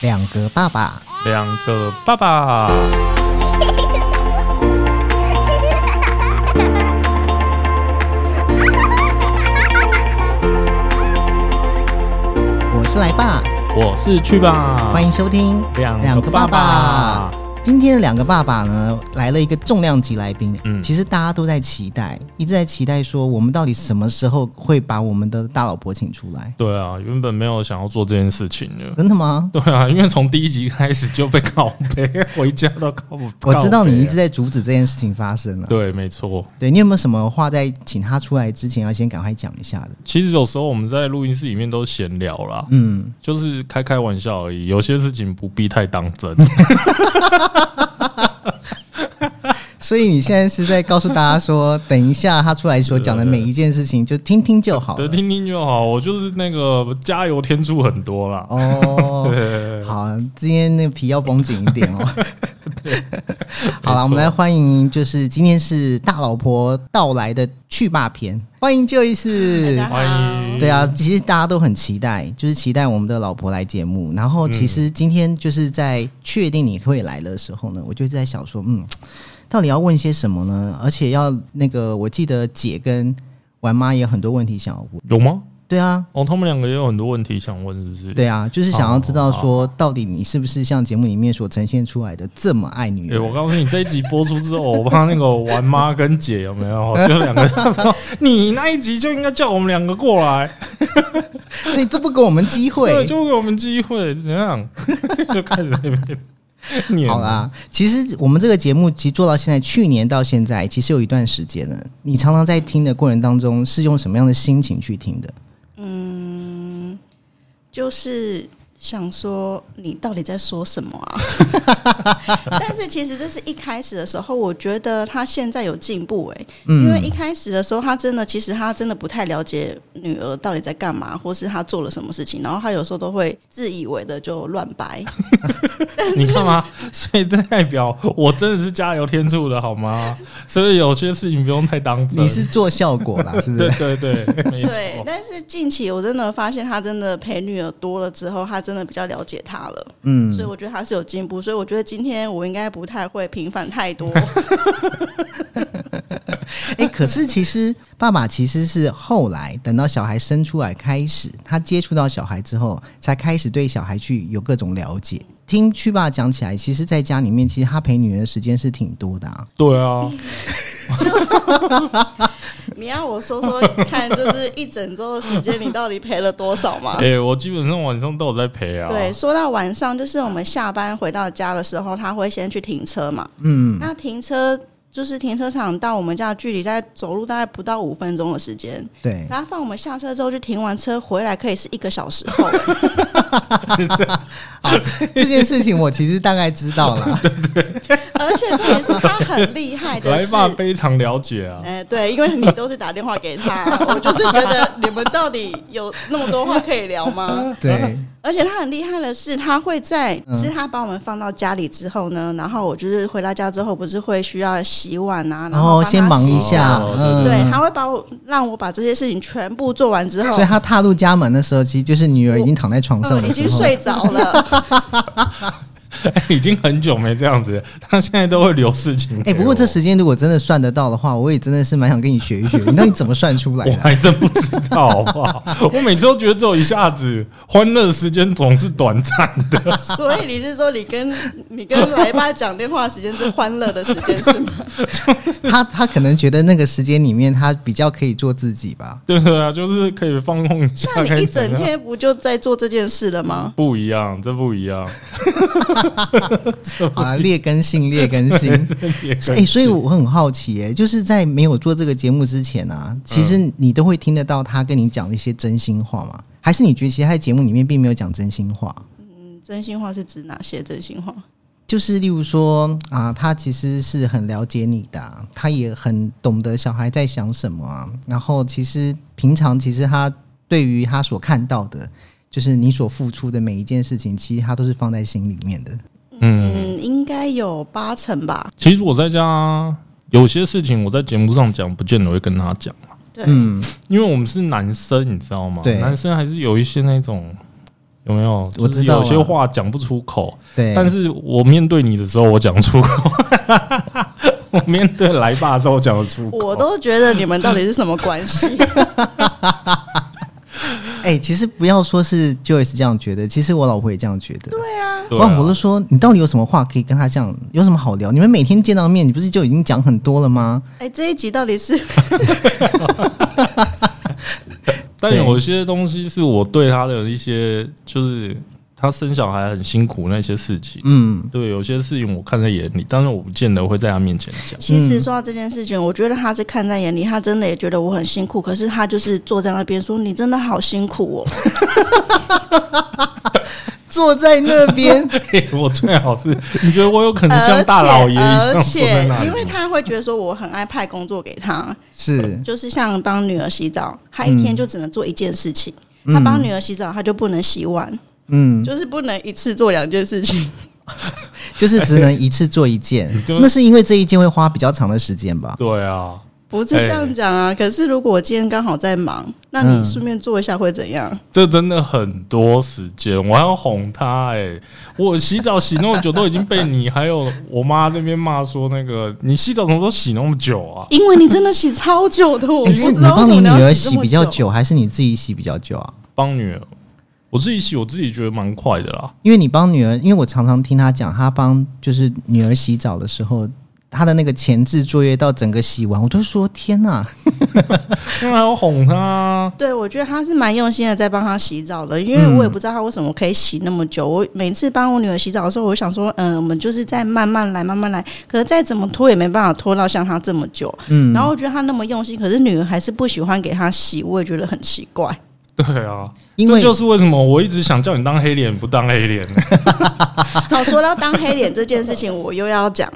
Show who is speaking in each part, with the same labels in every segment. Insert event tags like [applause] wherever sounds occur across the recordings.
Speaker 1: 两个爸爸，
Speaker 2: 两个爸爸。
Speaker 1: 我是来爸，
Speaker 2: 我是去吧，
Speaker 1: 欢迎收听
Speaker 2: 啊两个爸爸。
Speaker 1: 今天的两个爸爸呢，来了一个重量级来宾。
Speaker 2: 嗯
Speaker 1: 其实大家都在期待，一直在期待说，我们到底什么时候会把我们的大老婆请出来？
Speaker 2: 对啊，原本没有想要做这件事情的。
Speaker 1: 真的吗？
Speaker 2: 对啊，因为从第一集开始就被拷贝，回家都拷不。
Speaker 1: 我知道你一直
Speaker 2: 在
Speaker 1: 在阻止这件事情发生啊。
Speaker 2: 对，没错。
Speaker 1: 对，你有没有什么话在请他出来之前要先赶快讲一下的？
Speaker 2: 其实有时候我们在录音室里面都闲聊啦，
Speaker 1: 嗯，
Speaker 2: 就是开开玩笑而已，有些事情不必太当
Speaker 1: [laughs]
Speaker 2: 真。
Speaker 1: 所以你现在是在告诉大家说， [laughs] 等一下他出来所讲的每一件事情，就听听就好
Speaker 2: 得
Speaker 1: 了。
Speaker 2: 听听就好。我就是那个加油天助很多啦。
Speaker 1: 哦，
Speaker 2: 对，
Speaker 1: 好，今天那个皮要绷紧一点
Speaker 2: [laughs]
Speaker 1: 哦。好
Speaker 2: 没错
Speaker 1: 了，我们来欢迎，就是今天是大老婆到来的去霸篇，欢迎 Joyce。
Speaker 2: 欢迎。
Speaker 1: 对啊，其实大家都很期待，就是期待我们的老婆来节目。然后，其实今天就是在确定你会来的时候呢，我就一直在想说，嗯，到底要问些什么呢？而且要那个，我记得姐跟玩妈也有很多问题想要问。
Speaker 2: 有吗？
Speaker 1: 对啊，
Speaker 2: 哦，他们两个也有很多问题想问，是不是？
Speaker 1: 对啊，就是想要知道说，到底你是不是像节目里面所呈现出来的这么爱女
Speaker 2: 哎、
Speaker 1: 人？
Speaker 2: 我告诉你，这一集播出之后， [laughs] 我怕那个玩妈跟姐有
Speaker 1: [laughs]
Speaker 2: 没有，就两个人说，你那一集就应该叫我们两个过来，
Speaker 1: [laughs] 所以这不给我们机
Speaker 2: 对，
Speaker 1: [laughs] 会。
Speaker 2: [laughs] 就给我们机会，怎样？ [laughs] 就开始在那边念。
Speaker 1: 好，啦，其实我们这个节目其实做到现在，去年到现在，其实有一段时间了。你常常在听的过程当中，是用什么样的心情去听的？
Speaker 3: 嗯，就是想说你到底在说什么
Speaker 2: [laughs]
Speaker 3: 啊？但是其实这是一开始的时候，我觉得他现在有进步哎、
Speaker 2: 嗯
Speaker 1: 嗯
Speaker 3: 因为一开始的时候，他真的其实他真的不太了解女儿到底在干嘛，或是她做了什么事情，然后他有时候都会自以为的就乱掰。
Speaker 2: 你看嘛，所以代表我真的是加油添醋的好吗？所以有些事情不用太当真。
Speaker 1: 你是做效果啦，是不
Speaker 2: 对
Speaker 1: 是？
Speaker 2: 对对，没
Speaker 3: 对，
Speaker 2: 错。
Speaker 3: 但是近期我真的发现他真的陪女儿多了之后，他真的比较了解她了，
Speaker 1: 嗯
Speaker 3: 所，以我觉得他是有进步，所以我觉得今天我应该不太会平反太多。
Speaker 1: [laughs] 哎、可是其实爸爸其实是后来等到小孩生出来开始，他接触到小孩之后，才开始对小孩去有各种了解。听去爸讲起来，其实在家里面，其实他陪女儿的时间是挺多的啊。
Speaker 2: 对
Speaker 3: [laughs]
Speaker 2: 啊，
Speaker 3: 你要我说说看，就是一整周的时间，你到底赔了多少吗？
Speaker 2: 哎、我基本上晚上都有在陪啊。
Speaker 3: 对，说到晚上，就是我们下班回到家的时候，他会先去停车嘛。
Speaker 1: 嗯，
Speaker 3: 那停车就是停车场到我们家的距离，大概走路大概不到五分钟的时间。 [laughs]
Speaker 1: 对，
Speaker 3: 然后放我们下车之后，就停完车回来，可以是一个小时后。
Speaker 2: [laughs]
Speaker 3: 欸
Speaker 1: 这件事情我其实大概知道
Speaker 3: [laughs]
Speaker 1: 了。
Speaker 3: 而且重点是他很厉害的
Speaker 2: 来
Speaker 3: 是，
Speaker 2: 吧，非常了解啊。[laughs]
Speaker 3: [laughs] 哎、对，因为你都是打电话给他，我就是觉得你们到底有那么多话可以聊吗？
Speaker 1: 对，
Speaker 3: 而且他很厉害的是，他会在
Speaker 1: 嗯
Speaker 3: 是他把我们放到家里之后呢，然后我就是回到家之后，不是会需要洗碗啊，然
Speaker 1: 然
Speaker 3: 后
Speaker 1: 后
Speaker 3: 帮他
Speaker 1: 哦先忙
Speaker 3: 洗
Speaker 1: 一下，
Speaker 2: 哦
Speaker 1: 嗯，
Speaker 3: 对，他会把我让我把这些事情全部做完之后
Speaker 1: 所以，他踏入家门的时候，其实就是女儿已经躺在床上
Speaker 3: 嗯，
Speaker 1: 的
Speaker 3: 已
Speaker 1: 时
Speaker 3: 经
Speaker 1: 候。
Speaker 3: 睡着了。 [laughs]
Speaker 2: 已经很久没这样子，他现在都会留事情。
Speaker 1: 哎、不过这时间如果真的算得到的话，我也真的是蛮想跟你学一学。你到底怎么算出来
Speaker 2: 我
Speaker 1: 的？
Speaker 2: 还真不知道，好不好？ [laughs] 我每次都觉得只有一下子，欢乐时间总是短暂的。
Speaker 3: 所以你是说你跟你跟来爸讲电话的时间是欢乐的时间是
Speaker 1: [laughs]
Speaker 3: 吗？
Speaker 1: 他他可能觉得那个时间里面，他比较可以做自己
Speaker 2: [laughs]
Speaker 1: 吧。
Speaker 2: 对对啊，就是可以放空一下。
Speaker 3: 那
Speaker 2: 可以
Speaker 3: 你一
Speaker 2: 怎
Speaker 3: 整
Speaker 2: 样
Speaker 3: 天不就在做这件事了
Speaker 1: 啊
Speaker 3: 吗？
Speaker 2: 不一样，这不一样。
Speaker 1: 好啊，劣根性，劣根性。哎、
Speaker 2: 哎
Speaker 1: 所以我很好奇、哎，就是在没有做这个节目之前啊，其实你都会听得到他跟你讲一些真心话吗？还是你觉得其实他在节目里面并没有讲真心话？
Speaker 3: 嗯，真心话是指哪些真心话？
Speaker 1: 就是例如说啊，他其实是很了解你的啊、他也很懂得小孩在想什么啊。然后其实平常其实他对于他所看到的，就是你所付出的每一件事情，其实他都是放在心里面的。
Speaker 2: 嗯，
Speaker 3: 嗯，应该有八成吧。
Speaker 2: 其实我在家有些事情，我在节目上讲，不见得会跟他讲，
Speaker 3: 对，
Speaker 1: 嗯，
Speaker 2: 因为我们是男生，你知道吗？
Speaker 1: 对
Speaker 2: 男生还是有一些那种。有没有？
Speaker 1: 我
Speaker 2: 就是
Speaker 1: 知道
Speaker 2: 有些
Speaker 1: 啊
Speaker 2: 话讲不出口，
Speaker 1: 对，
Speaker 2: 但是我面对你的时候，我讲出口； [laughs] 我面对来爸的时候，我讲得出口。
Speaker 3: 我都觉得你们到底是什么关
Speaker 1: [laughs]
Speaker 3: 系？
Speaker 1: 哎、其实不要说是 Joyce 这样觉得，其实我老婆也这样觉得。
Speaker 3: 对啊，
Speaker 2: 对、
Speaker 1: 哇
Speaker 2: 啊，
Speaker 1: 哦我都说你到底有什么话可以跟他讲？有什么好聊？你们每天见到面，你不是就已经讲很多了吗？
Speaker 3: 哎、这一集到底是。
Speaker 2: 但
Speaker 1: 对
Speaker 2: 有些东西是我对他的一些，就是他生小孩很辛苦那些事情。
Speaker 1: 嗯，
Speaker 2: 对，有些事情我看在眼里，但是我不见得会在他面前讲
Speaker 3: [laughs] 其
Speaker 1: 嗯
Speaker 3: 实说到这件事情，我觉得他是看在眼里，他真的也觉得我很辛苦，可是他就是坐在那边说你真的好辛苦哦。
Speaker 1: [laughs] 坐在那
Speaker 3: [laughs]
Speaker 1: 边，
Speaker 2: 嘿我最好是， [laughs] 你觉得我有可能像大老爷一样
Speaker 1: [laughs]
Speaker 3: 而
Speaker 2: 坐在
Speaker 3: 且
Speaker 2: 那
Speaker 3: 而且
Speaker 2: 里
Speaker 3: 因为
Speaker 2: 吗？
Speaker 3: 他会觉得说我很爱派工作给他，
Speaker 1: 是
Speaker 3: 就是像帮女儿洗澡，他一
Speaker 1: 嗯
Speaker 3: 天就只能做一件事情。他帮女儿洗澡，他就不能洗碗，
Speaker 1: 嗯，
Speaker 3: 就是不能一次做两件事情。 [laughs]
Speaker 1: 就是只能一次做一件
Speaker 2: [laughs] 你，就
Speaker 1: 那是因为这一件会花比较长的时间吧？
Speaker 2: 对啊，
Speaker 3: 不是这样讲
Speaker 1: 哎
Speaker 3: 啊，可是如果我今天刚好在忙，那
Speaker 1: 嗯
Speaker 3: 你顺便做一下会怎样？
Speaker 2: 这真的很多时间，我还要哄他哎、我洗澡洗那么久，都已经被你还有我妈这边骂说那个你洗澡怎么都洗那么久啊？
Speaker 3: 因为你真的洗超久的，我不
Speaker 1: 哎是
Speaker 3: 知
Speaker 1: 你
Speaker 3: 道为
Speaker 1: 帮
Speaker 3: 什
Speaker 1: 你
Speaker 3: 么
Speaker 1: 女
Speaker 3: 要
Speaker 1: 儿
Speaker 3: 洗
Speaker 1: 洗
Speaker 3: 这么
Speaker 1: 比较。久，还是你自己洗比较久啊？
Speaker 2: 帮女儿，我自己洗，我自己觉得蛮快的啦。
Speaker 1: 因为你帮女儿，因为我常常听她讲，她帮就是女儿洗澡的时候，她的那个前置作业到整个洗完，我就说天哪、
Speaker 2: 因为还要哄他啊，
Speaker 3: 对，我觉得他是蛮用心的在帮他洗澡的，因为我也不知道他为什么可以洗那么久。我每次帮我女儿洗澡的时候，我想说，嗯、我们就是在慢慢来，慢慢来。可是再怎么拖也没办法拖到像他这么久。
Speaker 1: 嗯，
Speaker 3: 然后我觉得他那么用心，可是女儿还是不喜欢给他洗，我也觉得很奇怪。
Speaker 2: 对啊，
Speaker 1: 因为
Speaker 2: 这就是为什么我一直想叫你当黑脸，不当
Speaker 1: [laughs]
Speaker 2: 黑脸。
Speaker 3: 好，说到当黑脸这件事情，我又
Speaker 2: [laughs]
Speaker 3: 要讲，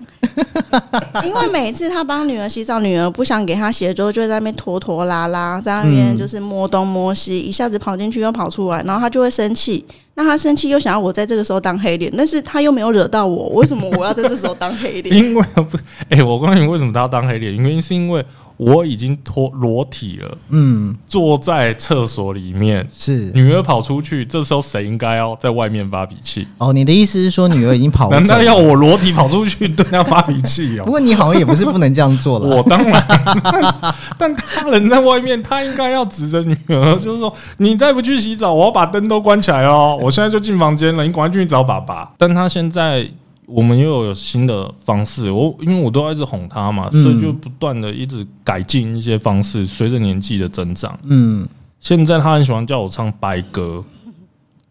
Speaker 3: 因为每次他帮女儿洗澡，女儿不想给他洗了之后，就在那边拖拖拉拉，在那
Speaker 2: 嗯
Speaker 3: 边就是摸东摸西，一下子跑进去又跑出来，然后他就会生气。那他生气又想要我在这个时候当黑脸，但是他又没有惹到我，为什么我要在这时候当黑脸？
Speaker 2: 因为不是，哎、我告诉你为什么他要当黑脸，原因是因为我已经脱裸体了，
Speaker 1: 嗯
Speaker 2: 坐在厕所里面，
Speaker 1: 是
Speaker 2: 女儿跑出去，这时候谁应该要在外面发脾气？
Speaker 1: 哦，你的意思是说女儿已经跑走？
Speaker 2: 难道要？我裸体跑出去对他发脾气
Speaker 1: 不
Speaker 2: 哦？
Speaker 1: 过你好像也不是不能这样做了。
Speaker 2: 我当 [laughs] 然，但但他人在外面，他应该要指着女儿，就是说你再不去洗澡，我要把灯都关起来哦，我现在就进房间了，你赶快进去找爸爸。但他现在。我们又有新的方式，我因为我都要一直哄他嘛，所
Speaker 1: 嗯
Speaker 2: 以就不断的一直改进一些方式。随着年纪的增长，
Speaker 1: 嗯，
Speaker 2: 现在他很喜欢叫我唱白歌，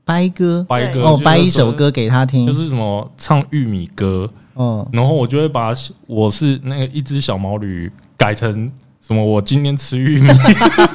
Speaker 1: 掰歌
Speaker 2: 白歌
Speaker 1: 哦，掰
Speaker 2: 就是
Speaker 1: 一首
Speaker 2: 说
Speaker 1: 歌给她听。
Speaker 2: 就是什么唱玉米歌，
Speaker 1: 哦，
Speaker 2: 然后我就会把我是那个一只小毛驴改成什么我今天吃玉米 [laughs]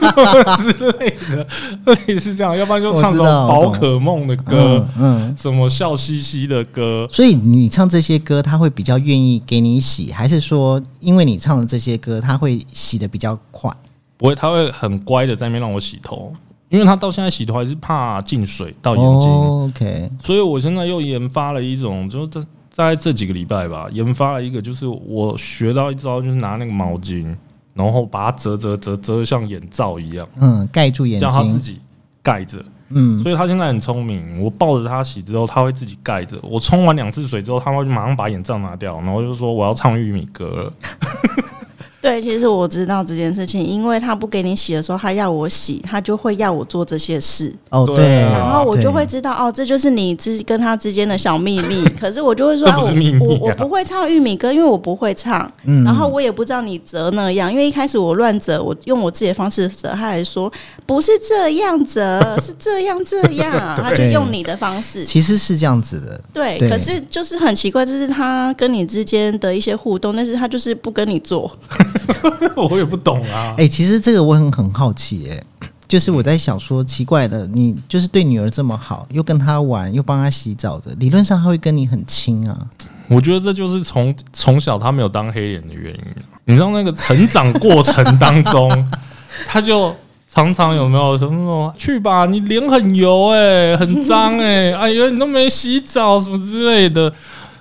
Speaker 2: 之类的，类似这样，要不然就唱什
Speaker 1: 我知
Speaker 2: 么
Speaker 1: 道我
Speaker 2: 宝
Speaker 1: 懂
Speaker 2: 可梦的歌
Speaker 1: 嗯，嗯。
Speaker 2: 什么笑嘻嘻的歌，
Speaker 1: 所以你唱这些歌，她会比较愿意给你洗，还是说因为你唱的这些歌，她会洗的比较快？
Speaker 2: 不会，他会很乖的在那边让我洗头，因为他到现在洗头还是怕进水到眼睛，
Speaker 1: 哦、OK，
Speaker 2: 所以我现在又研发了一种，就在大概这几个礼拜吧，研发了一个，就是我学到一招，就是拿那个毛巾，然后把它折折折折得像眼罩一样，
Speaker 1: 嗯，盖住眼
Speaker 2: 叫他自
Speaker 1: 睛，
Speaker 2: 己盖着。
Speaker 1: 嗯，
Speaker 2: 所以他现在很聪明，我抱着他洗之后，他会自己盖着。我冲完两次水之后，他会马上把眼罩拿掉，然后就说我要唱玉米歌了。 [laughs]
Speaker 3: 对，其实我知道这件事情，因为他不给你洗的时候，他要我洗，他就会要我做这些事。
Speaker 1: 哦，
Speaker 2: 对
Speaker 1: 对，
Speaker 2: 啊
Speaker 3: 然后我就
Speaker 1: 对
Speaker 3: 会知道哦，这就是你之跟他之间的小秘密。可是我就会说，
Speaker 2: 这
Speaker 3: 啊
Speaker 2: 不
Speaker 3: 我
Speaker 2: 是秘密啊
Speaker 3: 我我不会唱玉米歌，因为我不会唱。
Speaker 1: 嗯
Speaker 3: 然后我也不知道你折那样，因为一开始我乱折，我用我自己的方式折，他还说不是这样折，是这样这
Speaker 2: [laughs]
Speaker 3: 样，他就用你的方式。
Speaker 1: 其实是这样子的，
Speaker 3: 对，
Speaker 1: 对
Speaker 3: 可是就是很奇怪，这是他跟你之间的一些互动，但是他就是不跟你做。
Speaker 2: 我也不懂啊
Speaker 1: 哎、，其实这个我很很好奇、哎， [clears throat] 就是我在想说，奇怪的，你就是对女儿这么好，又跟她玩，又帮她洗澡的，理论上她会跟你很亲啊，
Speaker 2: 我觉得这就是从从小他没有当黑脸的原因。你知道那个成长过程当中， [laughs] 他就常常有没有什么什么去吧，你脸很油哎、很脏哎、哎呀你都没洗澡什么之类的，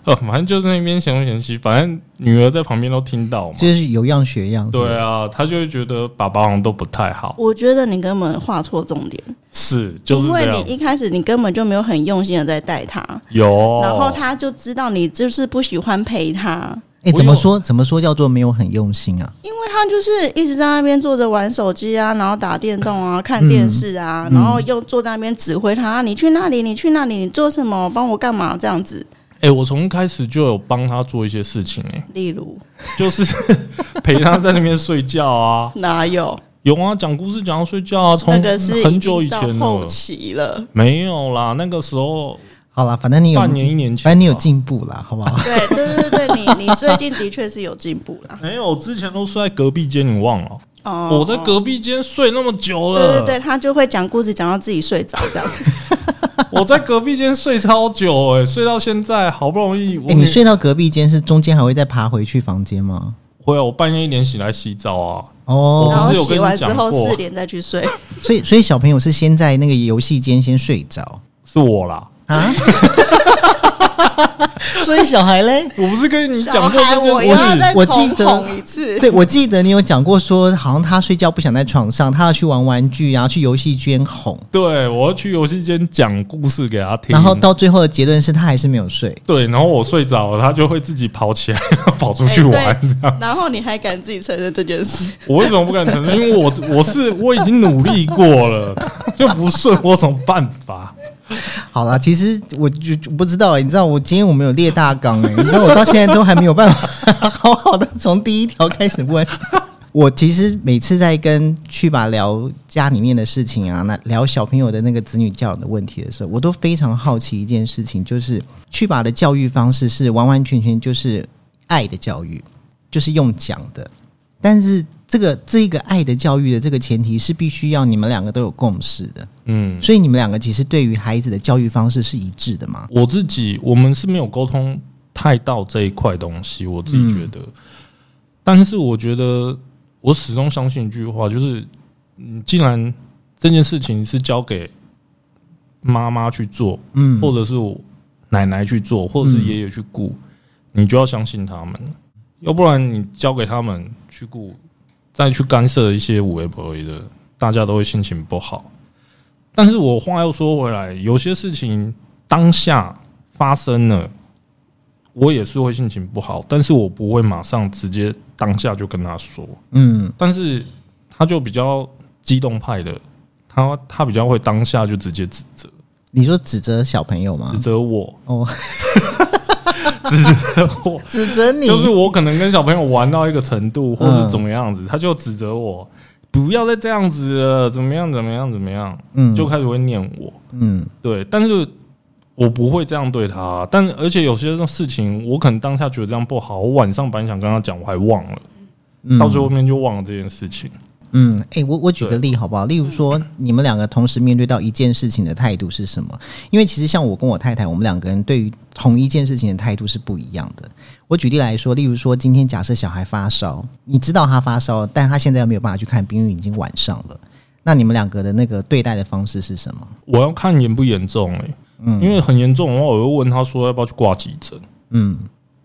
Speaker 2: 呃，反正就在那边嫌东嫌西，反正女儿在旁边都听到嘛。
Speaker 1: 就是有样学样。是吧
Speaker 2: 啊对，啊，他就会觉得爸爸好像都不太好。
Speaker 3: 我觉得你根本画错重点。
Speaker 2: 是就是
Speaker 3: 因
Speaker 2: 这
Speaker 3: 为
Speaker 2: 样
Speaker 3: 你，一开始你根本就没有很用心的在带他，
Speaker 2: 有，
Speaker 3: 然后他就知道你就是不喜欢陪他，
Speaker 1: 哎、
Speaker 2: 我
Speaker 1: 怎么
Speaker 2: 有
Speaker 1: 说？怎么说叫做没有很用心啊？
Speaker 3: 因为他就是一直在那边坐着玩手机啊，然后打电动
Speaker 2: [laughs]
Speaker 3: 啊，看电视啊，
Speaker 2: 嗯
Speaker 3: 然后又坐在那边指挥他、啊你去那里，你去那里，你做什么，帮我干嘛这样子。
Speaker 2: 哎、我从一开始就有帮他做一些事情、哎，
Speaker 3: 例如
Speaker 2: [laughs] 就是陪他在那边睡觉啊，
Speaker 3: 哪有
Speaker 2: 有啊，讲故事讲到睡觉啊，从
Speaker 3: 那个是
Speaker 2: 很久以
Speaker 3: 已经
Speaker 2: 前
Speaker 3: 到
Speaker 2: 了
Speaker 3: 后，期了，
Speaker 2: 没有啦，那个时候
Speaker 1: 好啦，反正你有，
Speaker 2: 半年一年前吧，
Speaker 1: 反正哎你有进步啦，好不
Speaker 2: [laughs]
Speaker 1: 好？
Speaker 3: 对对对对，你你最近的确是有进步啦。
Speaker 2: 没有，之前都睡在隔壁间，你忘了？
Speaker 3: 哦，
Speaker 2: 我在隔壁间睡那么久
Speaker 3: 对
Speaker 2: 了，
Speaker 3: 对对，他就会讲故事讲到自己睡着这样。
Speaker 2: [laughs] 我在隔壁间睡超久、哎，睡到现在，好不容易我
Speaker 1: 哎、你睡到隔壁间是中间还会再爬回去房间吗？
Speaker 2: 会啊，我半夜一点醒来洗澡啊，
Speaker 1: 哦，
Speaker 2: 我
Speaker 3: 然
Speaker 2: 不
Speaker 3: 后
Speaker 2: 是有跟
Speaker 3: 洗
Speaker 2: 你
Speaker 3: 完之
Speaker 2: 讲
Speaker 3: 后
Speaker 2: 过
Speaker 3: 四点再去睡，
Speaker 1: 所以所以小朋友是先在那个游戏间先睡着
Speaker 2: 是我啦。 [laughs]
Speaker 1: 啊， [laughs] 所以小孩嘞，
Speaker 2: 我不是跟你
Speaker 3: 小
Speaker 2: 讲过
Speaker 3: 孩
Speaker 2: 这
Speaker 3: 我
Speaker 2: 件
Speaker 3: 要
Speaker 2: 事，
Speaker 3: 再
Speaker 1: 我记
Speaker 3: 重
Speaker 1: 得
Speaker 3: 捧一次。
Speaker 1: 对我记得你有讲过说，好像他睡觉不想在床上，他要去玩玩具，然后去游戏间哄，
Speaker 2: 对我要去游戏间讲故事给他听，
Speaker 1: 然后到最后的结论是他还是没有睡。
Speaker 2: 对，然后我睡着了，他就会自己跑起来跑出去玩。
Speaker 3: 哎对
Speaker 2: 这样
Speaker 3: [laughs] 然后你还敢自己承认这件事？
Speaker 2: 我为什么不敢承认？因为我我是我已经努力过了， [laughs] 他就不顺，我有什么办法？
Speaker 1: 好啦，其实我就我不知道、欸，你知道我今天我们有列大纲哎、欸，你 [laughs] 知道我到现在都还没有办法好好的从第一条开始问。 [laughs] 我其实每次在跟去吧聊家里面的事情啊，那聊小朋友的那个子女教养的问题的时候，我都非常好奇一件事情，就是去吧的教育方式是完完全全就是爱的教育，就是用讲的，但是这个这个爱的教育的这个前提是必须要你们两个都有共识的。
Speaker 2: 嗯，
Speaker 1: 所以你们两个其实对于孩子的教育方式是一致的吗？
Speaker 2: 我自己我们是没有沟通太到这一块东西，我自己觉得。但是我觉得我始终相信一句话，就是嗯，既然这件事情是交给妈妈去做，
Speaker 1: 嗯，
Speaker 2: 或者是我奶奶去做，或者是爷爷去顾，你就要相信他们，要不然你交给他们去顾，再去干涉一些无为不为的，大家都会心情不好。但是我话又说回来，有些事情当下发生了，我也是会心情不好，但是我不会马上直接当下就跟他说，
Speaker 1: 嗯
Speaker 2: 但是他就比较激动派的，他他比较会当下就直接指责。
Speaker 1: 你说指责小朋友吗
Speaker 2: 指？责我
Speaker 1: 哦， [laughs]
Speaker 2: 指责我，
Speaker 1: 指责你
Speaker 2: 就是我可能跟小朋友玩到一个程度，或是怎么样
Speaker 1: 嗯
Speaker 2: 子，他就指责我不要再这样子了，怎么样怎么样怎么样，
Speaker 1: 嗯
Speaker 2: 就开始会念我。
Speaker 1: 嗯
Speaker 2: 对，但是我不会这样对他，但而且有些事情，我可能当下觉得这样不好，我晚上本来想跟他讲，我还忘了，
Speaker 1: 嗯，
Speaker 2: 到最后面就忘了这件事情。
Speaker 1: 嗯，哎、我我举个
Speaker 2: 对
Speaker 1: 例好不好？例如说，你们两个同时面对到一件事情的态度是什么？因为其实像我跟我太太，我们两个人对于同一件事情的态度是不一样的。我举例来说，例如说，今天假设小孩发烧，你知道他发烧，但他现在又没有办法去看病，因为已经晚上了。那你们两个的那个对待的方式是什么？
Speaker 2: 我要看严不严重哎、
Speaker 1: 嗯
Speaker 2: 因为很严重的话，我会问他说要不要去挂急诊。
Speaker 1: 嗯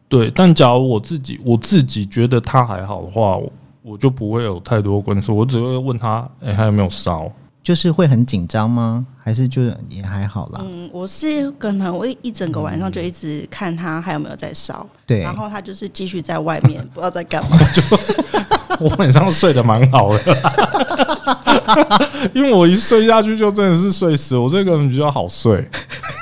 Speaker 2: 对，但假如我自己我自己觉得他还好的话，我我就不会有太多关注，我只会问他，哎、他有没有烧？ [laughs]
Speaker 1: 就是会很紧张吗？还是就是也还好啦？
Speaker 3: 嗯，我是可能我一整个晚上就一直看他还有没有在烧，
Speaker 1: 对
Speaker 3: 然，后他就是继续在外面不知道在干 [laughs] 嘛。
Speaker 2: 我晚上睡得蛮好的， [laughs] 因为我一睡下去就真的是睡死，我这个人比较好睡。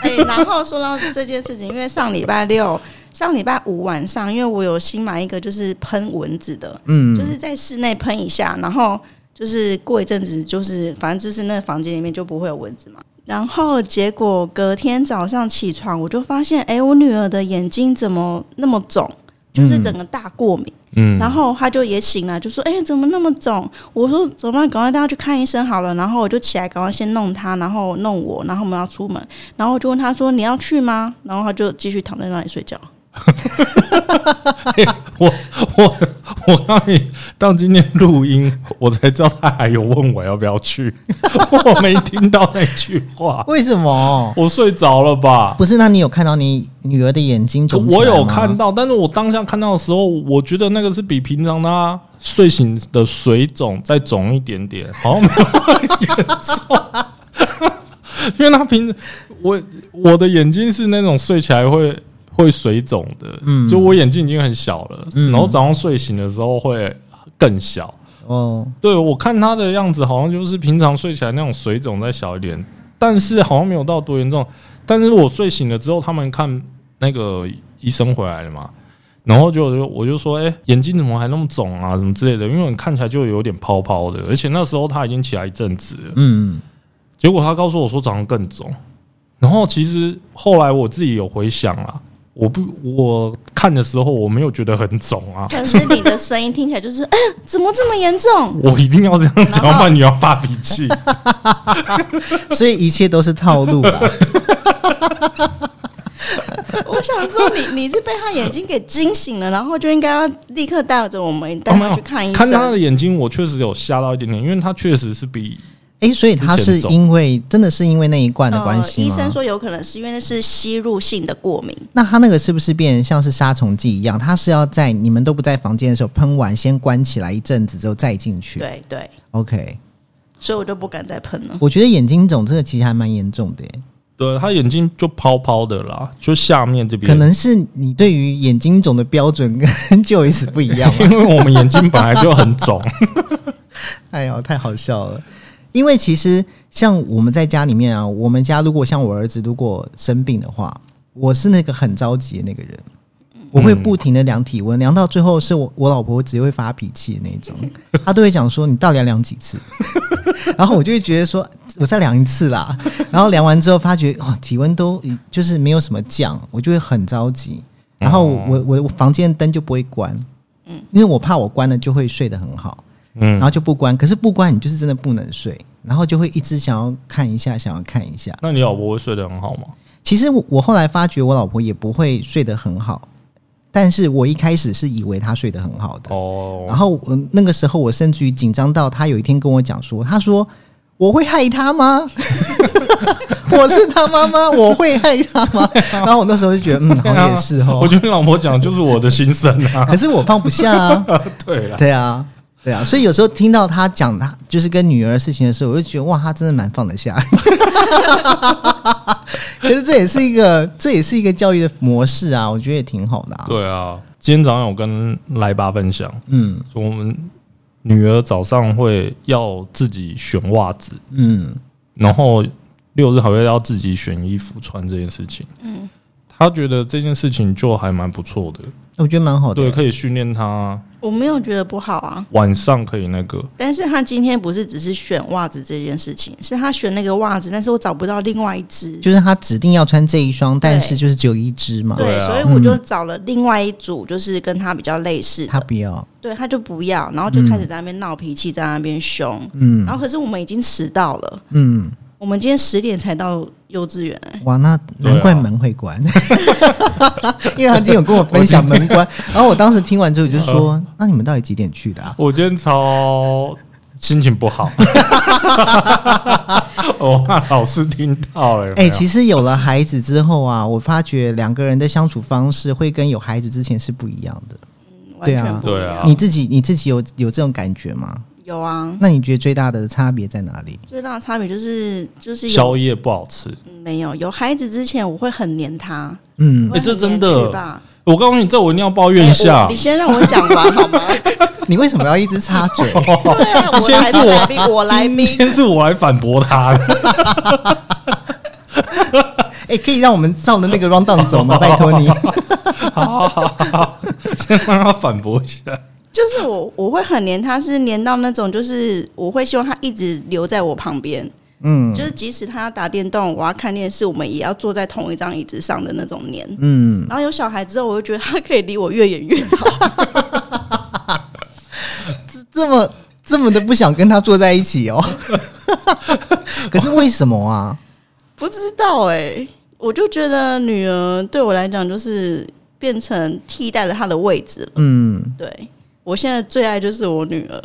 Speaker 3: 哎，然后说到这件事情，因为上礼拜六、上礼拜五晚上，因为我有新买一个就是喷蚊子的，就
Speaker 1: 嗯，
Speaker 3: 是在室内喷一下，然后就是过一阵子，就是反正就是那个房间里面就不会有蚊子嘛。然后结果隔天早上起床，我就发现，哎，我女儿的眼睛怎么那么肿？就是整个大过敏，
Speaker 2: 嗯，
Speaker 3: 然后她就也醒了，就说：“哎、怎么那么肿？”我说：“怎么办？赶快带她去看医生好了。”然后我就起来，赶快先弄她，然后弄我，然后我们要出门，然后我就问她说：“你要去吗？”然后她就继续躺在那里睡觉。
Speaker 2: [laughs] 我我我告诉你，到今天录音，我才知道他还有问我要不要去， [laughs] 我没听到那句话，
Speaker 1: 为什么？
Speaker 2: 我睡着了吧？
Speaker 1: 不是？那你有看到你女儿的眼睛肿起来
Speaker 2: 我有
Speaker 1: 吗
Speaker 2: 看，到，但是我当下看到的时候，我觉得那个是比平常他睡醒的水肿再肿一点点，好像没有那么严重。 [laughs] 因为他平我我的眼睛是那种睡起来会会水肿的，
Speaker 1: 嗯
Speaker 2: 就我眼睛已经很小了，
Speaker 1: 嗯
Speaker 2: 然后早上睡醒的时候会更小。
Speaker 1: 哦，
Speaker 2: 对我看他的样子，好像就是平常睡起来那种水肿再小一点，但是好像没有到多严重。但是我睡醒了之后，他们看那个医生回来了嘛，然后就我就我就说，哎、眼睛怎么还那么肿啊，什么之类的，因为你看起来就有点泡泡的，而且那时候他已经起来一阵子了，
Speaker 1: 嗯，
Speaker 2: 结果他告诉我说早上更肿，然后其实后来我自己有回想啦，我不我看的时候我没有觉得很肿啊，
Speaker 3: 可是你的声音听起来就是，哎怎么这么
Speaker 2: [laughs]
Speaker 3: 严重？
Speaker 2: 我一定要这样讲，
Speaker 3: 然后
Speaker 2: 不然你要发脾气。
Speaker 1: 所以一切都是套路啦。
Speaker 2: [laughs]
Speaker 3: 我想说你，你是被他眼睛给惊醒了，然后就应该要立刻带着我们带
Speaker 2: 哦没
Speaker 3: 他
Speaker 2: 有
Speaker 3: 去看医
Speaker 2: 看他
Speaker 3: 生。
Speaker 2: 的眼睛，我确实有吓到一点点，因为他确实是比
Speaker 1: 诶，所以他是
Speaker 2: 之前走
Speaker 1: 因为真的是因为那一罐的关
Speaker 3: 呃，
Speaker 1: 系
Speaker 3: 医
Speaker 1: 吗？
Speaker 3: 生说有可能是因为那是吸入性的过敏，
Speaker 1: 那他那个是不是变成像是杀虫剂一样？他是要在你们都不在房间的时候喷完，先关起来一阵子之后再进去。
Speaker 3: 对嗯对，
Speaker 1: ，OK。
Speaker 3: 所以我就不敢再喷了。
Speaker 1: 我觉得眼睛肿这个其实还蛮严重的耶，
Speaker 2: 对他眼睛就泡泡的啦，就下面这边。
Speaker 1: 可能是你对于眼睛肿的标准跟 [laughs] Joyce 不一样吧。
Speaker 2: 因为我们眼睛本来就很肿， [laughs]
Speaker 1: [laughs] 哎呦，太好笑了。因为其实像我们在家里面啊，我们家如果像我儿子如果生病的话，我是那个很着急的那个人，我会不停的量体温，量到最后是我我老婆只会发脾气的那种，她都会讲说你到底要量几次， [laughs] 然后我就会觉得说我再量一次啦，然后量完之后发觉哦体温都已就是没有什么降，我就会很着急，然后我我我房间灯就不会关，嗯，因为我怕我关了就会睡得很好。然
Speaker 2: 嗯，
Speaker 1: 后就不关。可是不关，你就是真的不能睡，然后就会一直想要看一下，想要看一下。
Speaker 2: 那你老婆会睡得很好吗？
Speaker 1: 其实我我后来发觉，我老婆也不会睡得很好，但是我一开始是以为她睡得很好的。然
Speaker 2: 哦，
Speaker 1: 后我那个时候，我甚至于紧张到她有一天跟我讲说：“她说我会害她吗？ [laughs] 我是她妈妈，我会害她吗？” [laughs] 然后我那时候就觉得，嗯，好像也是
Speaker 2: [laughs] 我
Speaker 1: 哦。
Speaker 2: 觉得老婆讲就是我的心声啊。 [laughs]
Speaker 1: 可是我放不下啊。 [laughs]
Speaker 2: 对啊，
Speaker 1: 对啊，对啊，所以有时候听到他讲他就是跟女儿的事情的时候，我就觉得哇，他真的蛮放得下。 [laughs] 可是这也是一个，这也是一个教育的模式啊，我觉得也挺好的啊。
Speaker 2: 对啊。今天早上有跟来爸分享，
Speaker 1: 嗯
Speaker 2: 说我们女儿早上会要自己选袜子，
Speaker 1: 嗯，
Speaker 2: 然后六日还会要自己选衣服穿这件事情。嗯，他觉得这件事情就还蛮不错的，
Speaker 1: 我觉得蛮好的。
Speaker 2: 对，可以训练他
Speaker 3: 我没有觉得不好啊，
Speaker 2: 晚上可以那个。
Speaker 3: 但是他今天不是只是选袜子这件事情，是他选那个袜子，但是我找不到另外一只，
Speaker 1: 就是他指定要穿这一双，但是
Speaker 3: 对
Speaker 1: 就是只有一只嘛，
Speaker 3: 对，
Speaker 2: 对啊
Speaker 3: 所以我就找了另外一组，就是跟他比较类似的，
Speaker 1: 嗯他不要。
Speaker 3: 对，他就不要，然后就开始在那边闹脾气，在那边凶，
Speaker 1: 嗯
Speaker 3: 然后可是我们已经迟到了，
Speaker 1: 嗯，
Speaker 3: 我们今天十点才到幼稚园、欸
Speaker 1: 哇，那难怪
Speaker 2: 对啊
Speaker 1: 门会关， [laughs] 因为他今天有跟我分享门关，然后我当时听完之后我就说，那你们到底几点去的啊？
Speaker 2: 我今天超心情不好， [laughs] 我怕老师听到了。
Speaker 1: 哎、
Speaker 2: 哎，
Speaker 1: 其实有了孩子之后啊，我发觉两个人的相处方式会跟有孩子之前是不一样的。
Speaker 3: 完全不一
Speaker 2: 对啊
Speaker 3: 样。
Speaker 2: 好
Speaker 1: 你自己你自己有有这种感觉吗？
Speaker 3: 有啊，
Speaker 1: 那你觉得最大的差别在哪里？
Speaker 3: 最大的差别就是就是有嗯
Speaker 2: 宵夜不好吃，
Speaker 3: 没有有孩子之前，我会很黏他，
Speaker 1: 嗯
Speaker 3: [laughs] 我，会很
Speaker 2: 这真
Speaker 3: 黏
Speaker 2: 的
Speaker 3: 去吧？
Speaker 2: 我告诉你，这我一定要抱怨一
Speaker 3: 哎
Speaker 2: 下
Speaker 3: 我你。先让我讲完
Speaker 2: [laughs]
Speaker 3: 好吗？
Speaker 1: 你为什么要一直插嘴？
Speaker 3: 对啊，我
Speaker 2: 今
Speaker 3: 来
Speaker 2: 天是
Speaker 3: 是
Speaker 2: 我
Speaker 3: 来宾，我来
Speaker 2: 今
Speaker 3: 宾。
Speaker 2: 天是我来反驳他的，
Speaker 1: 哎、可以让我们照着那个 round down 走吗？拜托你。
Speaker 2: 先让他反驳一下。
Speaker 3: 就是我我会很黏他，是黏到那种，就是我会希望他一直留在我旁边，
Speaker 1: 嗯
Speaker 3: 就是即使他要打电动，我要看电视，我们也要坐在同一张椅子上的那种黏。
Speaker 1: 嗯，
Speaker 3: 然后有小孩之后，我就觉得他可以离我越远 [laughs] 越好。
Speaker 1: 这么这么的不想跟他坐在一起
Speaker 2: [laughs]
Speaker 1: 哦。可是为什么啊？
Speaker 3: 不知道哎、我就觉得女儿对我来讲就是变成替代了她的位置了。
Speaker 1: 嗯，
Speaker 3: 对我现在最爱就是我女儿，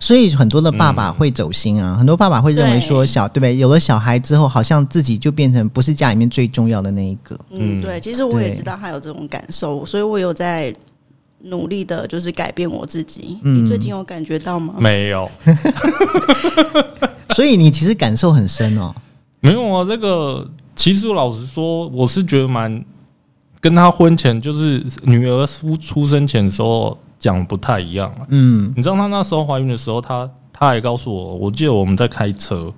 Speaker 1: 所以很多的爸
Speaker 2: 嗯
Speaker 1: 爸会走心啊，很多爸爸会认为说
Speaker 3: 对
Speaker 1: 小对不对？有了小孩之后，好像自己就变成不是家里面最重要的那一个。
Speaker 3: 嗯，
Speaker 2: 嗯
Speaker 3: 对，其实我也
Speaker 1: 对
Speaker 3: 知道她有这种感受，所以我有在努力的，就是改变我自己。
Speaker 1: 嗯
Speaker 3: 你最近有感觉到吗？
Speaker 2: 没有，
Speaker 1: 所以你其实感受很深哦。
Speaker 2: 没有啊，这个其实老实说，我是觉得蛮跟他婚前就是女儿出出生前的时候讲不太一样啊。
Speaker 1: 嗯
Speaker 2: 你知道她那时候怀孕的时候，她她还告诉我，我记得我们在开车，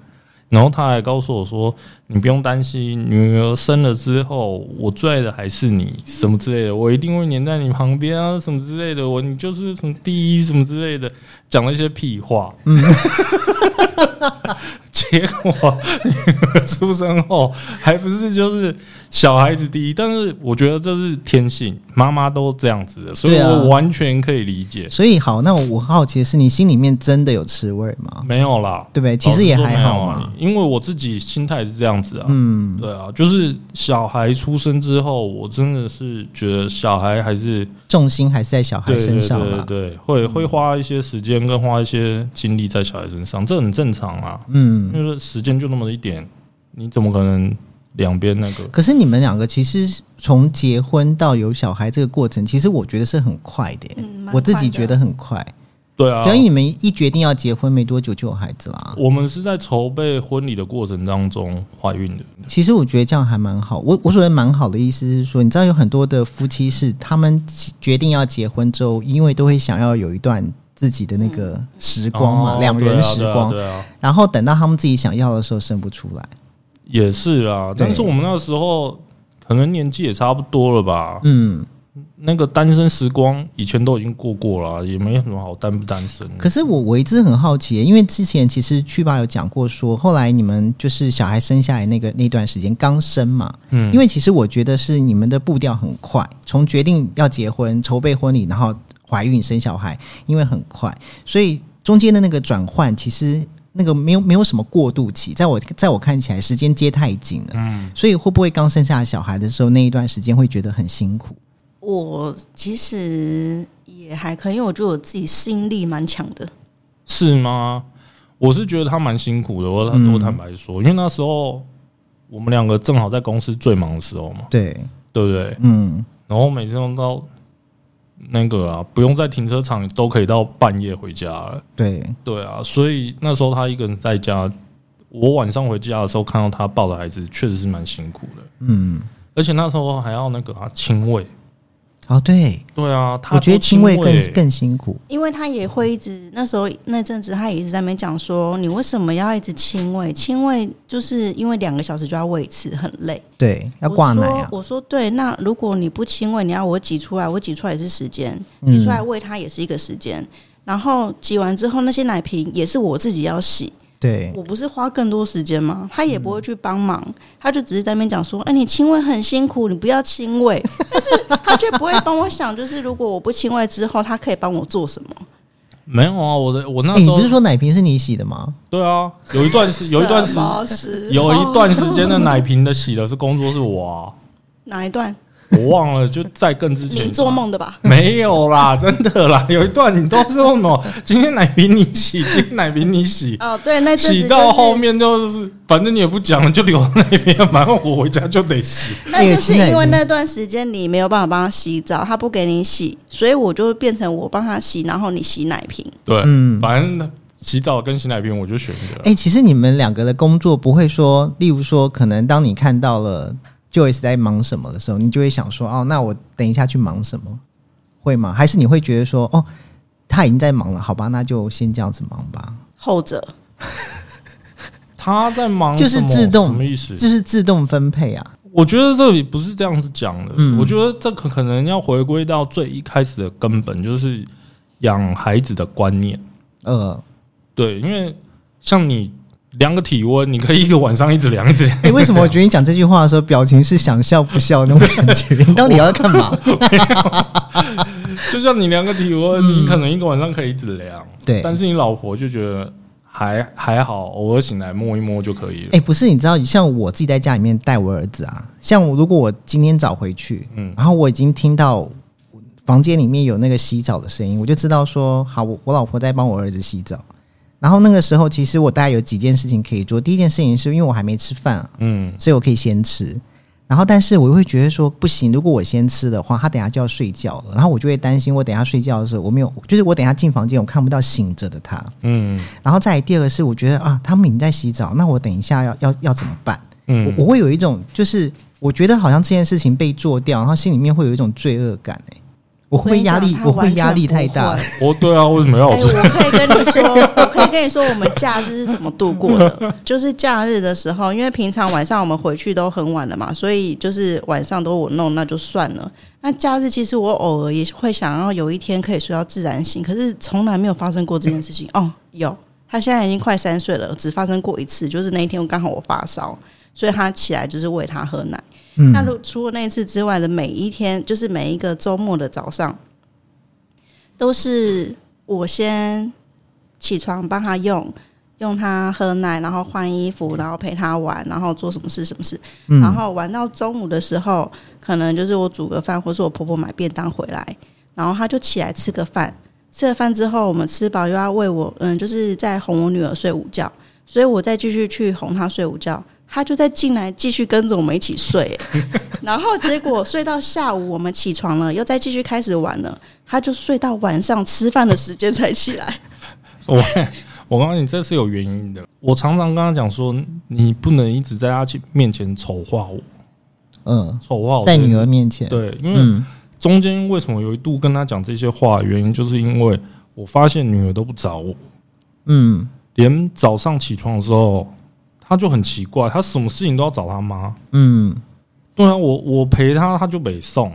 Speaker 2: 然后她还告诉我说，你不用担心，女儿生了之后，我最爱的还是你，什么之类的，我一定会黏在你旁边啊，什么之类的，我你就是什么第一什么之类的，讲了一些屁话。嗯，结果女儿出生后，还不是就是小孩子第一，但是我觉得这是天性，妈妈都这样子的，所以
Speaker 1: 对啊
Speaker 2: 我完全可以理解。
Speaker 1: 所以好，那我好奇的是，你心里面真的有吃味吗？
Speaker 2: 没有啦，
Speaker 1: 对不啊对？其实也还好
Speaker 2: 老实说
Speaker 1: 嘛。
Speaker 2: 没有啊因为我自己心态是这样子啊。
Speaker 1: 嗯，
Speaker 2: 对啊，就是小孩出生之后，我真的是觉得小孩还是
Speaker 1: 重心还是在小孩
Speaker 2: 对
Speaker 1: 身
Speaker 2: 对
Speaker 1: 上
Speaker 2: 对
Speaker 1: 啦。嗯
Speaker 2: 对，会会花一些时间跟花一些精力在小孩身上，这很正常啊。
Speaker 1: 嗯，
Speaker 2: 因为时间就那么一点，你怎么可能两边那个？
Speaker 1: 可是你们两个其实从结婚到有小孩这个过程，其实我觉得是很快的耶、
Speaker 3: 嗯蛮快的
Speaker 1: 我自己觉得很快。
Speaker 2: 对啊
Speaker 1: 所，以你们一决定要结婚没多久就有孩子啦。
Speaker 2: 我们是在筹备婚礼的过程当中怀孕的。
Speaker 1: 其实我觉得这样还蛮好。我我所谓蛮好的意思是说，你知道有很多的夫妻是他们决定要结婚之后，因为都会想要有一段自己的那个
Speaker 3: 嗯
Speaker 1: 时光嘛，
Speaker 2: 哦
Speaker 1: 两、
Speaker 2: 对
Speaker 1: 人
Speaker 2: 啊
Speaker 1: 时
Speaker 2: 对啊
Speaker 1: 光、
Speaker 2: 对啊
Speaker 1: 然后等到他们自己想要的时候生不出来。
Speaker 2: 也是啦，
Speaker 1: 对
Speaker 2: 但是我们那时候可能年纪也差不多了吧。
Speaker 1: 嗯，
Speaker 2: 那个单身时光以前都已经过过了啊，也没什么好单不单身。
Speaker 1: 可是我我一直很好奇耶，因为之前其实去爸有讲过说，后来你们就是小孩生下来那个那段时间刚生嘛，
Speaker 2: 嗯
Speaker 1: 因为其实我觉得是你们的步调很快，从决定要结婚、筹备婚礼，然后怀孕生小孩，因为很快，所以中间的那个转换其实。那个没有没有什么过渡期，在我在我看起来，时间接太紧了，所以会不会刚生下小孩的时候那一段时间会觉得很辛苦？
Speaker 3: 我其实也还可以，因为我觉得我自己适应力蛮强的。
Speaker 2: 是吗？我是觉得他蛮辛苦的，我
Speaker 1: 嗯
Speaker 2: 我坦白说，因为那时候我们两个正好在公司最忙的时候嘛，
Speaker 1: 对，
Speaker 2: 对不对？
Speaker 1: 嗯，
Speaker 2: 然后每次都到那个啊，不用在停车场都可以到半夜回家了。
Speaker 1: 对，
Speaker 2: 对啊，所以那时候他一个人在家，我晚上回家的时候看到他抱着孩子，确实是蛮辛苦的。
Speaker 1: 嗯，
Speaker 2: 而且那时候还要那个啊亲喂，
Speaker 1: 哦，对，
Speaker 2: 对啊，他
Speaker 1: 我觉得
Speaker 2: 都亲
Speaker 1: 亲喂更更辛苦。
Speaker 3: 因为他也会一直那时候那阵子，他也一直在那边讲说，你为什么要一直亲喂？亲喂就是因为两个小时就要喂一次，很累。
Speaker 1: 对，要挂奶
Speaker 3: 我
Speaker 1: 啊
Speaker 3: 说。我说对，那如果你不亲喂，你要我挤出来，我挤出来也是时间，
Speaker 1: 嗯
Speaker 3: 挤出来喂它也是一个时间。然后挤完之后，那些奶瓶也是我自己要洗，
Speaker 1: 对，
Speaker 3: 我不是花更多时间吗？他也不会去帮忙，他就只是在那边讲说：“哎、你亲喂很辛苦，你不要亲喂。” [laughs] 但是他却不会帮我想，就是如果我不亲喂之后，他可以帮我做什么？
Speaker 2: 没有啊，我的我那
Speaker 1: 诶
Speaker 2: 时
Speaker 1: 哎你
Speaker 2: 候、
Speaker 1: 不是说奶瓶是你洗的吗？
Speaker 2: 对啊，有一
Speaker 1: [laughs]
Speaker 2: 段时有一段时
Speaker 3: 什么时
Speaker 2: 有
Speaker 3: 候
Speaker 2: 一段时间的奶瓶的洗的是工作是我、
Speaker 1: [laughs]
Speaker 2: 啊，
Speaker 3: 哪一段？
Speaker 2: 我忘了，就在更之前
Speaker 3: 你做梦的吧？
Speaker 2: 没有啦， [laughs] 真的啦，有一段你都说什么今天奶瓶你洗，今天奶瓶你
Speaker 1: [laughs]
Speaker 2: 洗，
Speaker 3: 哦，对，那阵子、就是、
Speaker 2: 洗到后，面就是反正你也不讲了，就留在那边，反正我回家就
Speaker 1: [laughs]
Speaker 2: 得洗。
Speaker 3: 那就是因为那段时间你没有办法帮他洗澡，他不给你洗，所以我就变成我帮他洗，然后你洗奶瓶。
Speaker 2: 对，
Speaker 1: 嗯
Speaker 2: 反正洗澡跟洗奶瓶我就选一个。
Speaker 1: 哎、其实你们两个的工作不会说，例如说，可能当你看到了 Joyce 在忙什么的时候，你就会想说，哦，那我等一下去忙什么，会吗？还是你会觉得说，哦，他已经在忙了，好吧，那就先这样子忙吧，
Speaker 3: 后者
Speaker 2: 他在忙
Speaker 1: 就是
Speaker 2: 什么
Speaker 1: 自动
Speaker 2: 什么意思？
Speaker 1: 就是自动分配啊。
Speaker 2: 我觉得这里不是这样子讲的，
Speaker 1: 嗯
Speaker 2: 我觉得这可可能要回归到最一开始的根本，就是养孩子的观念。 [laughs]
Speaker 1: 呃，
Speaker 2: 对，因为像你量个体温，你可以一个晚上一直量，一直
Speaker 1: [laughs]
Speaker 2: 量。
Speaker 1: 哎、为什么我觉得你讲这句话的时候，表情是想笑不笑那种感觉？你到底要干嘛？
Speaker 2: 就像你量个体温，你可能一个晚上可以一直量，
Speaker 1: 嗯对
Speaker 2: 但是你老婆就觉得还还好，偶尔醒来摸一摸就可以了。
Speaker 1: 哎、不是，你知道，像我自己在家里面带我儿子啊，像我如果我今天早回去，
Speaker 2: 嗯
Speaker 1: 然后我已经听到房间里面有那个洗澡的声音，我就知道说，好，我我老婆在帮我儿子洗澡。然后那个时候，其实我大概有几件事情可以做。第一件事情是因为我还没吃饭啊，
Speaker 2: 嗯，
Speaker 1: 所以我可以先吃。然后，但是我会觉得说不行，如果我先吃的话，他等下就要睡觉了，然后我就会担心，我等下睡觉的时候，我没有，就是我等下进房间，我看不到醒着的他。
Speaker 2: 嗯
Speaker 1: 然后再来第二个是，我觉得啊，他们已经在洗澡，那我等一下要要要怎么办？
Speaker 2: 嗯，
Speaker 1: 我我会有一种就是我觉得好像这件事情被做掉，然后心里面会有一种罪恶感、欸、我会不会压力
Speaker 3: 跟你？讲
Speaker 1: 我会压力太
Speaker 3: 他
Speaker 1: 大
Speaker 3: 完全不会？
Speaker 2: 我对啊，为什么要
Speaker 3: 哎、
Speaker 2: 我做？
Speaker 3: 我可以跟你说，我可以跟你说，我们假日是怎么度过
Speaker 1: [laughs]
Speaker 3: 的。就是假日的时候，因为平常晚上我们回去都很晚了嘛，所以就是晚上都我弄，那就算了。那假日其实我偶尔也会想要有一天可以睡到自然醒，可是从来没有发生过这件事情。哦，有，他现在已经快三岁了，只发生过一次，就是那一天刚好我发烧，所以他起来就是喂他喝奶。
Speaker 1: 嗯
Speaker 3: 那如除了那一次之外的每一天，就是每一个周末的早上，都是我先起床帮他用，用他喝奶，然后换衣服，然后陪他玩，然后做什么事什么事，
Speaker 1: 嗯
Speaker 3: 然后玩到中午的时候，可能就是我煮个饭，或是我婆婆买便当回来，然后他就起来吃个饭。吃了饭之后，我们吃饱又要喂我，嗯，就是在哄我女儿睡午觉，所以我再继续去哄她睡午觉，她就再进来继续跟着我们一起睡， [laughs] 然后结果睡到下午，我们起床了，又再继续开始玩了，她就睡到晚上吃饭的时间才起来。
Speaker 2: 我我告诉你，这是有原因的。我常常跟他讲说，你不能一直在他面前丑化我，
Speaker 1: 嗯，
Speaker 2: 丑化我
Speaker 1: 在
Speaker 2: 这件
Speaker 1: 女
Speaker 2: 事
Speaker 1: 儿面前，
Speaker 2: 对，因为
Speaker 1: 嗯
Speaker 2: 中间为什么有一度跟他讲这些话，原因就是因为我发现女儿都不找我，
Speaker 1: 嗯
Speaker 2: 连早上起床的时候，她就很奇怪，她什么事情都要找她妈。
Speaker 1: 嗯
Speaker 2: 对啊，我我陪她，她就北送；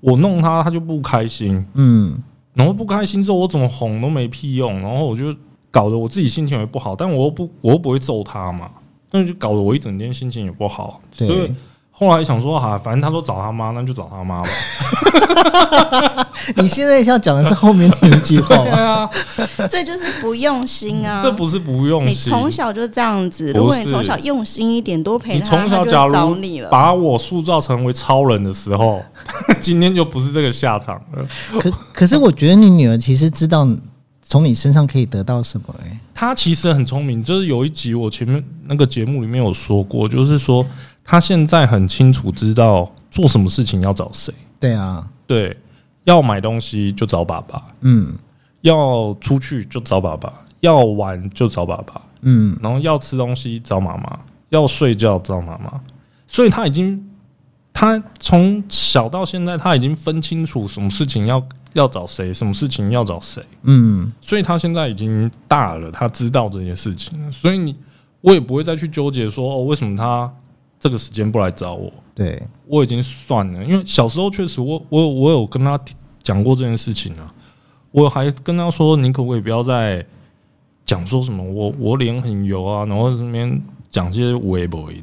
Speaker 2: 我弄她，她就不开心。
Speaker 1: 嗯
Speaker 2: 然后不开心之后，我怎么哄都没屁用，然后我就搞得我自己心情也不好，但我又不我又不会揍她嘛，那就搞得我一整天心情也不好。所
Speaker 1: 对
Speaker 2: 以后来想说，哈、反正她都找她妈，那就找她妈
Speaker 3: [laughs]
Speaker 2: 吧。
Speaker 1: 你现在要讲的是后面那一句话
Speaker 2: 对 [laughs]
Speaker 1: 吗？
Speaker 2: 啊，
Speaker 3: 这就是不用心
Speaker 2: [laughs]
Speaker 3: 啊！
Speaker 2: 这不是不用
Speaker 3: 你
Speaker 2: 心，
Speaker 3: 从小就这样子，
Speaker 2: 不
Speaker 3: 如果你
Speaker 2: 是
Speaker 3: 从小用心一点，多陪
Speaker 2: 你
Speaker 3: 他，
Speaker 2: 从小
Speaker 3: 他就
Speaker 2: 假
Speaker 3: 会
Speaker 2: 如
Speaker 3: 找你了。
Speaker 2: 把我塑造成为超人的时候， [laughs] 今天就不是这个下场了。
Speaker 1: 可可是我觉得你女儿其实知道从你身上可以得到什么、欸，
Speaker 2: 他其实很聪明，就是有一集我前面那个节目里面有说过，就是说他现在很清楚知道做什么事情要找谁，
Speaker 1: 对啊，
Speaker 2: 对，要买东西就找爸爸，
Speaker 1: 嗯
Speaker 2: 要出去就找爸爸，要玩就找爸爸，
Speaker 1: 嗯
Speaker 2: 然后要吃东西找妈妈，要睡觉找妈妈，所以他已经，他从小到现在他已经分清楚什么事情要要找谁，什么事情要找谁，
Speaker 1: 嗯
Speaker 2: 所以他现在已经大了，他知道这件事情了，所以你我也不会再去纠结说哦，为什么他这个时间不来找我，
Speaker 1: 对，
Speaker 2: 我已经算了，因为小时候确实我我有我有跟他讲过这件事情啊，我还跟他说你可不可以不要再讲说什么我我脸很油啊，然后这边讲些微博的，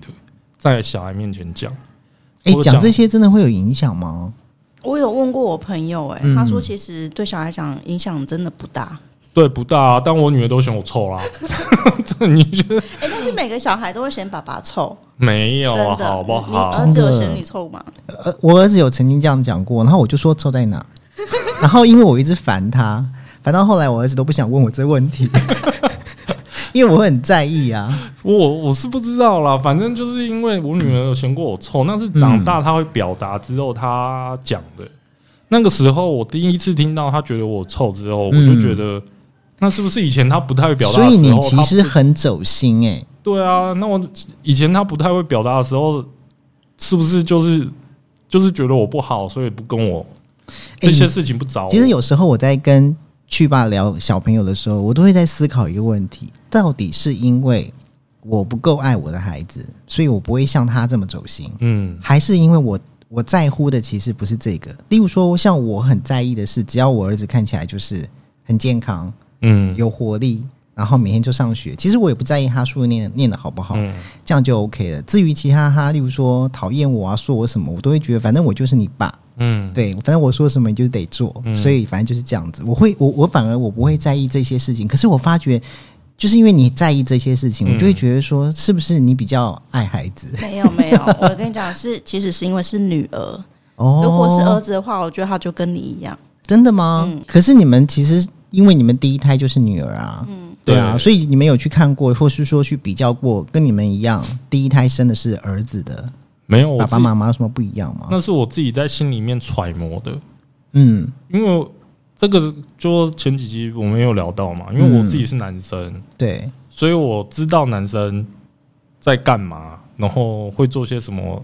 Speaker 2: 在小孩面前讲，
Speaker 1: 哎、
Speaker 2: 我
Speaker 1: 讲
Speaker 2: 讲
Speaker 1: 这些真的会有影响吗？
Speaker 3: 我有问过我朋友、哎、
Speaker 1: 嗯
Speaker 3: 他说其实对小孩讲影响真的不大。
Speaker 2: 对不大、啊，但我女儿都嫌我臭啦， [laughs] 这你觉得
Speaker 3: 哎、但是每个小孩都会嫌爸爸臭，
Speaker 2: 没嗯有啊，
Speaker 3: 真的，
Speaker 2: 好不好
Speaker 3: 你？儿子有嫌你臭吗？
Speaker 1: 呃，我儿子有曾经这样讲过，然后我就说臭在 [laughs] 哪，然后因为我一直烦他，烦到后来我儿子都不想问我这问 [laughs] 题，因为我很在意啊。
Speaker 2: 我我是不知道啦，反正就是因为我女儿有嫌过我臭，那是
Speaker 1: 嗯
Speaker 2: 长大她会表达之后她讲的。那个时候我第一次听到她觉得我臭之后，我就
Speaker 1: 嗯
Speaker 2: 觉得那是不是以前她不太会表达
Speaker 1: 所
Speaker 2: 的
Speaker 1: 以
Speaker 2: 时
Speaker 1: 你
Speaker 2: 候，
Speaker 1: 其
Speaker 2: 她
Speaker 1: 实很走心哎、
Speaker 2: 对啊，那我以前她不太会表达的时候，是不是就是就是觉得我不好，所以不跟我
Speaker 1: 哎
Speaker 2: 这些
Speaker 1: 你
Speaker 2: 事情不找我？
Speaker 1: 其实有时候我在跟去爸聊小朋友的时候，我都会在思考一个问题：到底是因为我不够爱我的孩子，所以我不会像他这么走心，
Speaker 2: 嗯
Speaker 1: 还是因为我我在乎的其实不是这个？例如说，像我很在意的是，只要我儿子看起来就是很健康。
Speaker 2: 嗯
Speaker 1: 有活力，然后每天就上学。其实我也不在意他书念念的好不好，
Speaker 2: 嗯
Speaker 1: 这样就 OK 了。至于其他他，例如说讨厌我啊，说我什么，我都会觉得反正我就是你爸，
Speaker 2: 嗯，
Speaker 1: 对，反正我说什么你就得做，
Speaker 2: 嗯
Speaker 1: 所以反正就是这样子。我会我我反而我不会在意这些事情，可是我发觉。就是因为你在意这些事情，
Speaker 2: 嗯
Speaker 1: 我就会觉得说，是不是你比较爱孩子？
Speaker 3: 没有没有，
Speaker 2: [laughs]
Speaker 3: 我跟你讲是，其实是因为是女儿。
Speaker 1: 哦，
Speaker 3: 如果是儿子的话，我觉得他就跟你一样。
Speaker 1: 真的吗？
Speaker 3: 嗯
Speaker 1: 可是你们其实因为你们第一胎就是女儿啊，
Speaker 3: 嗯
Speaker 1: 对啊，
Speaker 2: 对
Speaker 1: 所以你们有去看过，或是说去比较过，跟你们一样，第一胎生的是儿子的，
Speaker 2: 没有我
Speaker 1: 爸
Speaker 2: 自
Speaker 1: 爸
Speaker 2: 己，
Speaker 1: 妈妈有什么不一样吗？
Speaker 2: 哦那是我自己在心里面揣摩的，
Speaker 1: 嗯，
Speaker 2: 因为这个就前几集我们也有聊到嘛，因为我自己是男生，
Speaker 1: 对，
Speaker 2: 所以我知道男生在干嘛，然后会做些什么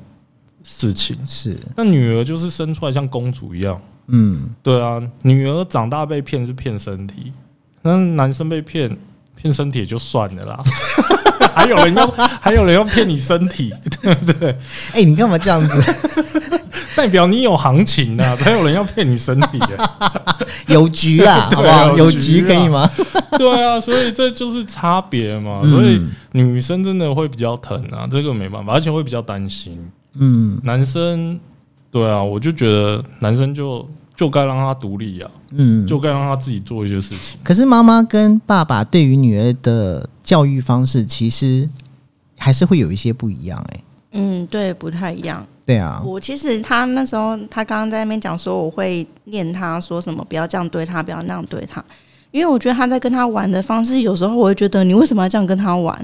Speaker 2: 事情。
Speaker 1: 是，
Speaker 2: 那女儿就是生出来像公主一样，
Speaker 1: 嗯，
Speaker 2: 对啊，女儿长大被骗是骗身体，那男生被骗骗身体也就算了啦， [laughs] 还有人要还有人要骗你身体，
Speaker 1: 哎、你干嘛这样
Speaker 2: [laughs]
Speaker 1: 子？
Speaker 2: 代表你有行情啊，才有人要骗你身体、啊。
Speaker 1: 有局啦，好不好？
Speaker 2: 有
Speaker 1: 有
Speaker 2: 局啊
Speaker 1: 局
Speaker 2: 啦
Speaker 1: 可以吗？
Speaker 2: [laughs] 对啊，所以这就是差别嘛，
Speaker 1: 嗯
Speaker 2: 所以女生真的会比较疼啊，这个没办法，而且会比较担心。
Speaker 1: 嗯
Speaker 2: 男生，对啊，我就觉得男生就就该让他独立啊，
Speaker 1: 嗯。
Speaker 2: 就该让他自己做一些事情。
Speaker 1: 可是妈妈跟爸爸对于女儿的教育方式，其实还是会有一些不一样、哎，
Speaker 3: 嗯，对，不太一样。
Speaker 1: 对啊，
Speaker 3: 我其实他那时候，他刚刚在那边讲说，我会念他说什么，不要这样对他，不要那样对他。因为我觉得他在跟他玩的方式，有时候我会觉得你为什么要这样跟他玩？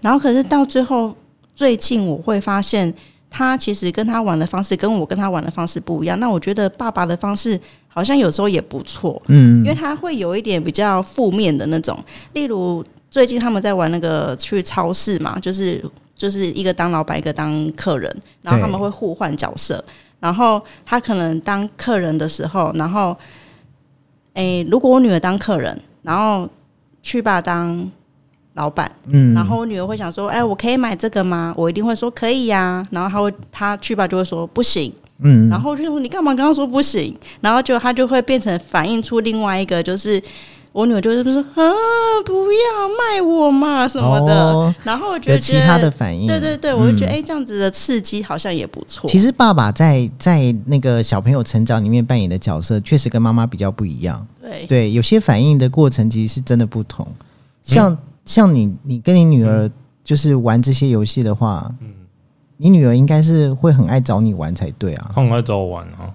Speaker 3: 然后可是到最后，最近我会发现，他其实跟他玩的方式跟我跟他玩的方式不一样。那我觉得爸爸的方式好像有时候也不错，因为
Speaker 1: 嗯
Speaker 3: 他会有一点比较负面的那种，例如最近他们在玩那个去超市嘛，就是就是一个当老板，一个当客人，然后他们会互换角色，然后他可能当客人的时候，然后，诶、如果我女儿当客人，然后去吧当老板，
Speaker 1: 嗯，
Speaker 3: 然后我女儿会想说，哎、我可以买这个吗？我一定会说可以呀、然后她会，她去吧就会说不行。
Speaker 1: 嗯，
Speaker 3: 然后我就说你干嘛刚刚说不行？然后就他就会变成反映出另外一个，就是我女儿就是说啊不要卖我嘛什么的，
Speaker 1: 哦
Speaker 3: 然后我就
Speaker 1: 有
Speaker 3: 觉
Speaker 1: 其
Speaker 3: 得
Speaker 1: 他的反应，
Speaker 3: 对对对，我就觉得
Speaker 1: 嗯
Speaker 3: 哎、诶这样子的刺激好像也不错。
Speaker 1: 其实爸爸在在那个小朋友成长里面扮演的角色，确实跟妈妈比较不一样。
Speaker 3: 对
Speaker 1: 对，有些反应的过程其实是真的不同。
Speaker 3: 嗯
Speaker 1: 像、像你，你跟你女儿就是玩这些游戏的话，
Speaker 2: 嗯，
Speaker 1: 你女儿应该是会很爱找你玩才对啊。
Speaker 2: 他很爱找我玩啊。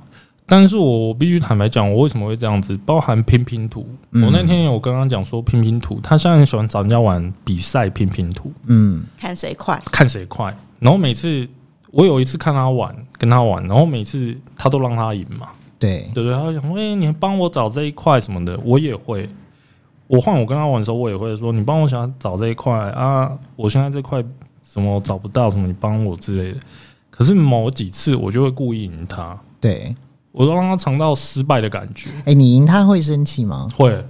Speaker 2: 但是我必须坦白讲，我为什么会这样子？包含拼拼图，
Speaker 1: 嗯
Speaker 2: 我那天有跟他讲说拼拼图，他现在很喜欢找人家玩比赛拼拼图，
Speaker 1: 嗯
Speaker 3: 看谁快，
Speaker 2: 看谁快。然后每次我有一次看他玩，跟他玩，然后每次他都让他赢嘛，
Speaker 1: 对，
Speaker 2: 对不对？他就想说，哎、你帮我找这一块什么的，我也会。我换我跟他玩的时候，我也会说，你帮我想找这一块啊，我现在这块什么找不到，什么你帮我之类的。可是某几次我就会故意赢他，
Speaker 1: 对。
Speaker 2: 我都让他尝到失败的感觉。
Speaker 1: 哎、你赢她会生气吗？
Speaker 2: 会，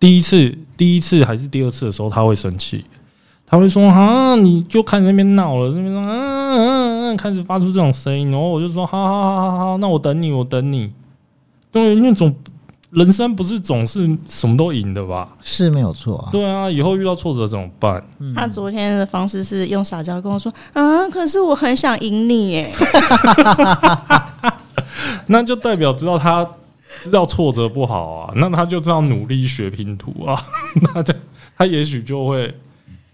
Speaker 2: 第一次、第一次还是第二次的时候，他会生气，他会说：“啊，你就看那边闹了，那边说，嗯嗯嗯，开始发出这种声音。”然后我就说：“好好好好好，那我等你，我等你。”对，因为总人生不是总是什么都赢的吧？
Speaker 1: 是没有错、啊。
Speaker 2: 对啊，以后遇到挫折怎么办？
Speaker 1: 嗯
Speaker 3: 他昨天的方式是用撒娇跟我说啊，可是我很想赢你耶。
Speaker 2: 那就代表知道他知道挫折不好啊，那他就知道努力学拼图啊，那他他也许就会。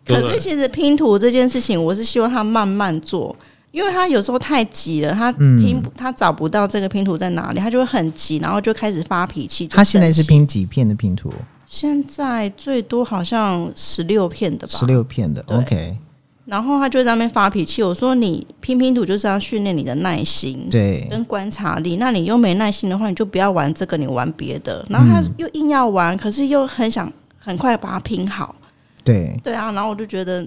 Speaker 2: 对
Speaker 3: 可
Speaker 2: 不对
Speaker 3: 是其实拼图这件事情，我是希望他慢慢做，因为他有时候太急了，他
Speaker 1: 嗯
Speaker 3: 拼不、他找不到这个拼图在哪里，他就会很急，然后就开始发脾气。就
Speaker 1: 她现在是
Speaker 3: 生气，
Speaker 1: 拼几片的拼图？
Speaker 3: 现在最多好像十六片的吧
Speaker 1: 十，六片的。
Speaker 3: 对
Speaker 1: OK，
Speaker 3: 然后他就在那边发脾气。我说你拼拼图就是要训练你的耐心。
Speaker 1: 对，
Speaker 3: 跟观察力，那你又没耐心的话，你就不要玩这个，你玩别的。然后他
Speaker 1: 嗯
Speaker 3: 又硬要玩，可是又很想很快把它拼好，
Speaker 1: 对。
Speaker 3: 对啊。然后我就觉得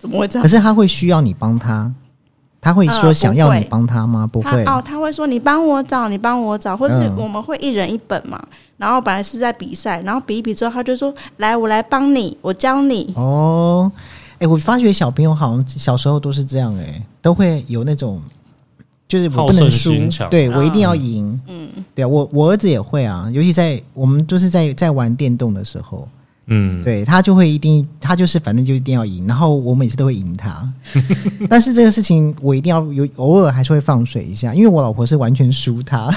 Speaker 3: 怎么会这样
Speaker 1: 可？是她会需要你帮她，她会说
Speaker 3: 呃
Speaker 1: 想
Speaker 3: 不
Speaker 1: 要
Speaker 3: 会
Speaker 1: 你帮她吗？不
Speaker 3: 他
Speaker 1: 会。
Speaker 3: 哦，他会说你帮我找，你帮我找，或是
Speaker 1: 嗯
Speaker 3: 我们会一人一本嘛。然后本来是在比赛，然后比一比之后，他就说来，我来帮你，我教你。
Speaker 1: 哦，哎、我发觉小朋友好像小时候都是这样、哎，都会有那种，就是我不
Speaker 2: 好胜
Speaker 1: 能输
Speaker 2: 心强，
Speaker 1: 对我一定要
Speaker 2: 嗯
Speaker 1: 赢。嗯，对啊，我我儿子也会啊，尤其在我们就是在在玩电动的时候，
Speaker 2: 嗯，
Speaker 1: 对他就会一定，他就是反正就一定要赢，然后我每次都会赢他。 [laughs] 但是这个事情我一定要有，偶尔还是会放水一下，因为我老婆是完全输他，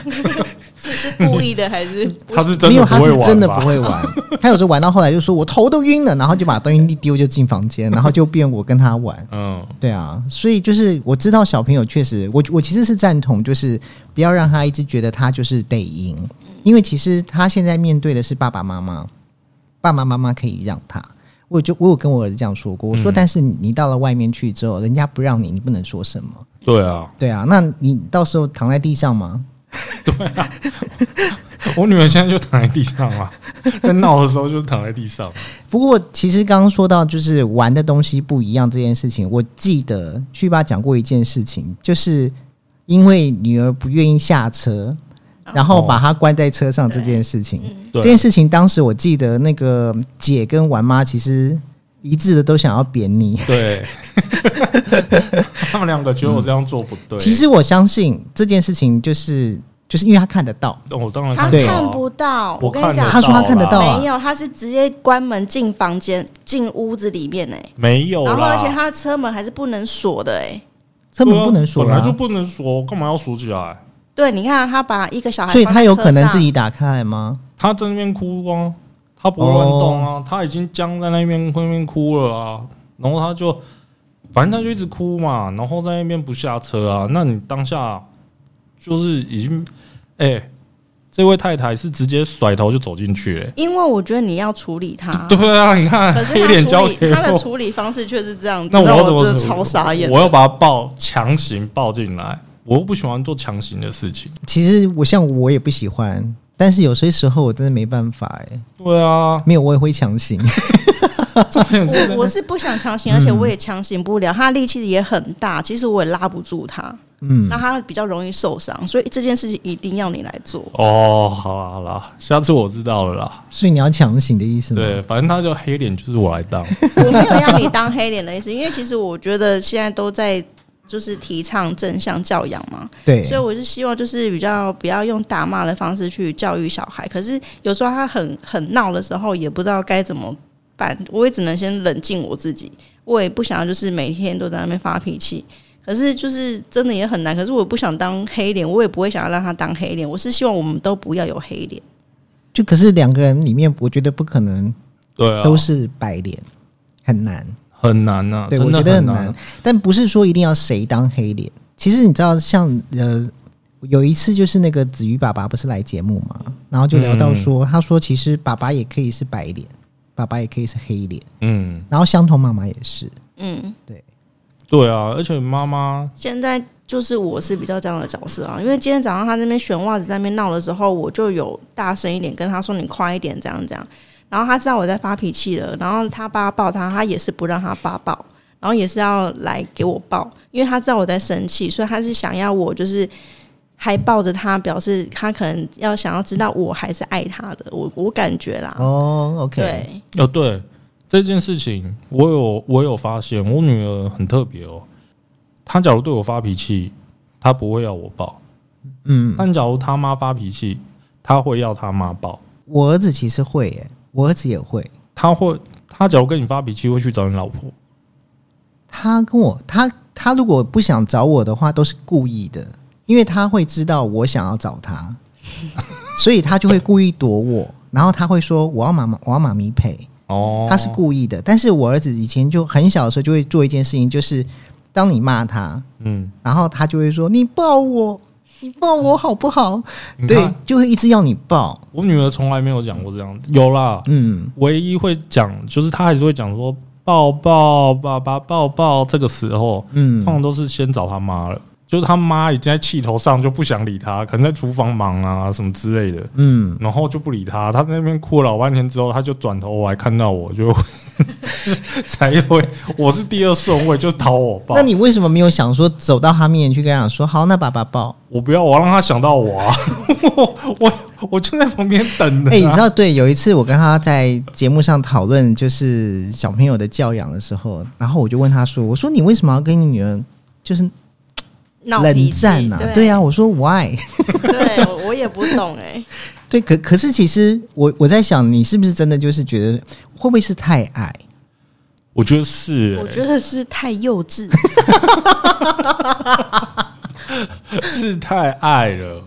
Speaker 3: 是是故意的还是？
Speaker 2: 他是 [laughs] 真
Speaker 1: 没
Speaker 2: 的
Speaker 1: 有
Speaker 2: 不
Speaker 1: 他
Speaker 2: 会
Speaker 1: 是
Speaker 2: 玩吧？
Speaker 1: 真的不会玩，他有时候玩到后来就说我头都晕了，然后就把东西一丢就进房间，然后就变我跟他玩。
Speaker 2: 嗯，
Speaker 1: 对啊，所以就是我知道小朋友确实，我我其实是赞同，就是不要让他一直觉得他就是得赢，因为其实他现在面对的是爸爸妈妈，爸爸妈妈可以让他。我就我有跟我儿子这样说过，我说
Speaker 2: 嗯
Speaker 1: 但是你到了外面去之后，人家不让你，你不能说什么。
Speaker 2: 对啊，
Speaker 1: 对啊，那你到时候躺在地上吗？
Speaker 2: 我女儿现在就躺在地上 [laughs] 啊，在闹的时候就躺在地上。
Speaker 1: 不过，其实刚刚说到就是玩的东西不一样这件事情，我记得去爸讲过一件事情，就是因为女儿不愿意下车，然后把她关在车上这件事情。这
Speaker 2: 对啊
Speaker 1: 件，事情当时我记得那个姐跟玩妈其实一致的都想要扁你。
Speaker 2: 对， [laughs] 他们两个觉得我这样做不对。
Speaker 1: 嗯其，实我相信这件事情就是就是因为她看得到，
Speaker 2: 我当然
Speaker 3: 他
Speaker 1: 对
Speaker 2: 到啊
Speaker 3: 看不到，
Speaker 2: 我
Speaker 3: 跟你
Speaker 2: 看
Speaker 3: 讲
Speaker 2: 得，
Speaker 1: 她说她看得到啊
Speaker 3: 没有，他是直接关门进房间，进屋子里面哎、
Speaker 2: 没有
Speaker 3: 然后而且
Speaker 2: 哦啦，啊
Speaker 3: 他的车门还是不能锁的哎、
Speaker 1: 车门不能啊锁
Speaker 2: 本
Speaker 1: 啦、
Speaker 2: 来就不能锁，干嘛要锁起来？
Speaker 3: 对，你看他把一个小孩，
Speaker 1: 所以她有可能自己，打开来吗？
Speaker 2: 他在那边哭啊，他不会乱动啊，他已经僵在那边那边哭了啊，然后他就反正他就一直哭嘛，然后在那边不下车啊，那你当下就是已经哎、这位太太是直接甩头就走进去、欸，
Speaker 3: 因为我觉得你要处理他，
Speaker 2: 对啊，你看
Speaker 3: 可是
Speaker 2: 黑脸
Speaker 3: 他
Speaker 2: 交
Speaker 3: 处
Speaker 2: 给
Speaker 3: 理他的
Speaker 2: 我，
Speaker 3: 处理方式却是这样子，
Speaker 2: 那我
Speaker 3: 让
Speaker 2: 要
Speaker 3: 我
Speaker 2: 怎么
Speaker 3: 真的
Speaker 2: 处理
Speaker 3: 超傻眼。
Speaker 2: 我要把他抱强行抱进来，我又不喜欢做强行的事情，
Speaker 1: 其实我像我也不喜欢，但是有些时候我真的没办法哎、
Speaker 2: 对啊，
Speaker 1: 没有我也会强行。
Speaker 2: 重点是
Speaker 3: [laughs] 我我是不想强行，而且我也强行不了，他力气也很大，其实我也拉不住他，
Speaker 1: 嗯，
Speaker 3: 那他比较容易受伤，所以这件事情一定要你来做。
Speaker 2: [laughs] 哦，好啦好啦，下次我知道了啦。
Speaker 1: 所以你要强行的意思吗？
Speaker 2: 对，反正他叫黑脸，就是我来
Speaker 1: [laughs]
Speaker 2: 当。
Speaker 3: 我没有要你当黑脸的意思，因为其实我觉得现在都在就是提倡正向教养嘛，
Speaker 1: 对
Speaker 3: 所以我是希望就是比较不要用打骂的方式去教育小孩。可是有时候他很很闹的时候，也不知道该怎么办，我也只能先冷静我自己。我也不想要就是每天都在那边发脾气，可是就是真的也很难。可是我不想当黑脸，我也不会想要让他当黑脸。我是希望我们都不要有黑脸。
Speaker 1: 就可是两个人里面，我觉得不可能
Speaker 2: 对啊，
Speaker 1: 都是白脸，很难。
Speaker 2: 很难呐、啊，
Speaker 1: 对，
Speaker 2: 真
Speaker 1: 我
Speaker 2: 的
Speaker 1: 觉得很
Speaker 2: 难
Speaker 1: 难
Speaker 2: 啊。。
Speaker 1: 但不是说一定要谁当黑脸。其实你知道像，呃，有一次就是那个子瑜爸爸不是来节目嘛，然后就聊到
Speaker 2: 嗯
Speaker 1: 说，他说其实爸爸也可以是白脸，爸爸也可以是黑脸，
Speaker 2: 嗯，
Speaker 1: 然后相同妈妈也是。
Speaker 3: 嗯，
Speaker 2: 对啊，而且妈妈
Speaker 3: 现在就是我是比较这样的角色啊，因为今天早上他那边选袜子在那边闹的时候，我就有大声一点跟他说：“你快一点，这样这样。”然后他知道我在发脾气了，然后他爸抱他，他也是不让他爸抱，然后也是要来给我抱，因为他知道我在生气，所以他是想要我就是还抱着他，表示他可能要想要知道我还是爱他的，我我感觉啦，
Speaker 1: 哦，OK，
Speaker 3: 对，
Speaker 2: 哦，对这件事情，我有我有发现，我女儿很特别哦。她假如对我发脾气，她不会要我抱；
Speaker 1: 嗯，
Speaker 2: 但假如她妈发脾气，她会要她妈抱。
Speaker 1: 我儿子其实会耶，我儿子也会。
Speaker 2: 她会，她假如跟你发脾气，会去找你老婆。
Speaker 1: 他跟我，他他如果不想找我的话，都是故意的，因为他会知道我想要找
Speaker 2: [laughs]
Speaker 1: 他，所以他就会故意躲我，然后他会说我要妈妈，我要妈咪陪，
Speaker 2: 哦，
Speaker 1: 他是故意的。但是我儿子以前就很小的时候就会做一件事情，就是当你骂他，
Speaker 2: 嗯，
Speaker 1: 然后他就会说你抱我，你抱我好不好？
Speaker 2: 你
Speaker 1: 对
Speaker 2: 看，
Speaker 1: 就会一直要你抱，
Speaker 2: 我女儿从来没有讲过这样子，有啦，
Speaker 1: 嗯，
Speaker 2: 唯一会讲，就是他还是会讲说抱抱爸爸抱抱，这个时候
Speaker 1: 嗯
Speaker 2: 通常都是先找他妈了，就是他妈已经在气头上，就不想理他，可能在厨房忙啊什么之类的，
Speaker 1: 嗯，
Speaker 2: 然后就不理他。他在那边哭了老半天之后，他就转头来看到我，就 [laughs] 才会我是第二顺位，就讨我抱
Speaker 1: 那。你为什么没有想说走到他面前去跟他讲说好，那爸爸抱？
Speaker 2: 我不要，我要让他想到我啊！ [laughs] 我我我就在旁边等
Speaker 1: [laughs]
Speaker 2: 的、[laughs]
Speaker 1: 哎、你知
Speaker 2: 啊。
Speaker 1: 道，对，有一次我跟他在节目上讨论就是小朋友的教养的时候，然后我就问他说：“我说你为什么要跟你女儿就是
Speaker 3: 闹脾
Speaker 1: 冷
Speaker 3: 气
Speaker 1: 战啊？对啊，，我说 why？ [laughs]
Speaker 3: 对我我也不懂哎、
Speaker 1: 对，可可是其实我我在想，你是不是真的就是觉得会不会是太矮？
Speaker 2: 我觉得是、
Speaker 3: 我
Speaker 2: 欸，
Speaker 3: 觉得是太幼稚。
Speaker 2: 是太爱了，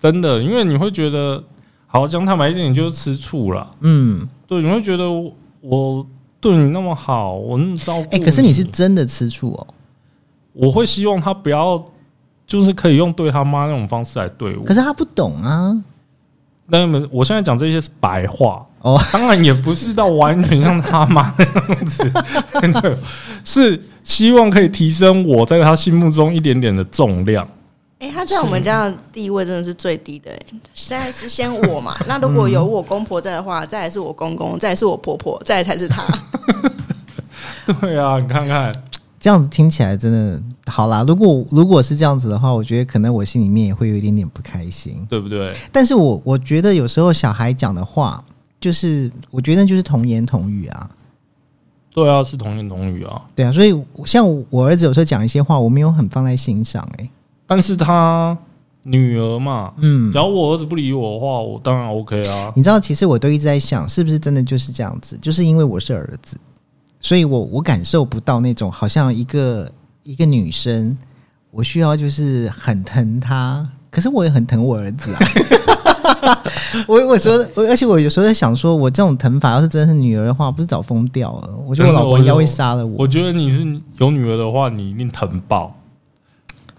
Speaker 2: 真的，因为你会觉得，好讲坦白一点，你就是吃醋了。
Speaker 1: 嗯，
Speaker 2: 对，你会觉得我我对你那么好，我那么照顾。
Speaker 1: 哎、可是你是，真的吃醋哦。
Speaker 2: 我会希望他不要，就是可以用对他妈那种方式来对我
Speaker 1: 可。是他不懂啊，
Speaker 2: 那你们，我现在讲这些是白话
Speaker 1: 哦
Speaker 2: 哦，当然也不是到完全像他妈那样子， [laughs] 真的是希望可以提升我在他心目中一点点的重量。
Speaker 3: 哎、他在我们家的地位真的是最低的、哎，现在是先我嘛，那如果有我公婆在的话，再来是我公公，再来是我婆婆，再来才是他。
Speaker 2: 对啊，你看看，
Speaker 1: 这样子听起来真的好啦。如果如果是这样子的话，我觉得可能我心里面也会有一点点不开心。
Speaker 2: 对不对？
Speaker 1: 但是我我觉得有时候小孩讲的话，就是我觉得就是童言童语啊，
Speaker 2: 对啊，是童言童语啊，
Speaker 1: 对啊。所以我像我儿子有时候讲一些话，我没有很放在心上、欸，
Speaker 2: 但是他女儿嘛，
Speaker 1: 嗯
Speaker 2: 只。要我儿子不理我的话，我当然 OK 啊。
Speaker 1: 你知道，其实我都一直在想，是不是真的就是这样子？就是因为我是儿子，所以我我感受不到那种好像一个一个女生，我需要就是很疼她，可是我也很疼我儿子啊。 [laughs] 我我说，我而且我有时候在想说，我这种疼法要是真的是女儿的话，不是早疯掉了？我觉得我老婆应该会杀了我。
Speaker 2: 我觉得你是有女儿的话，你一定疼爆。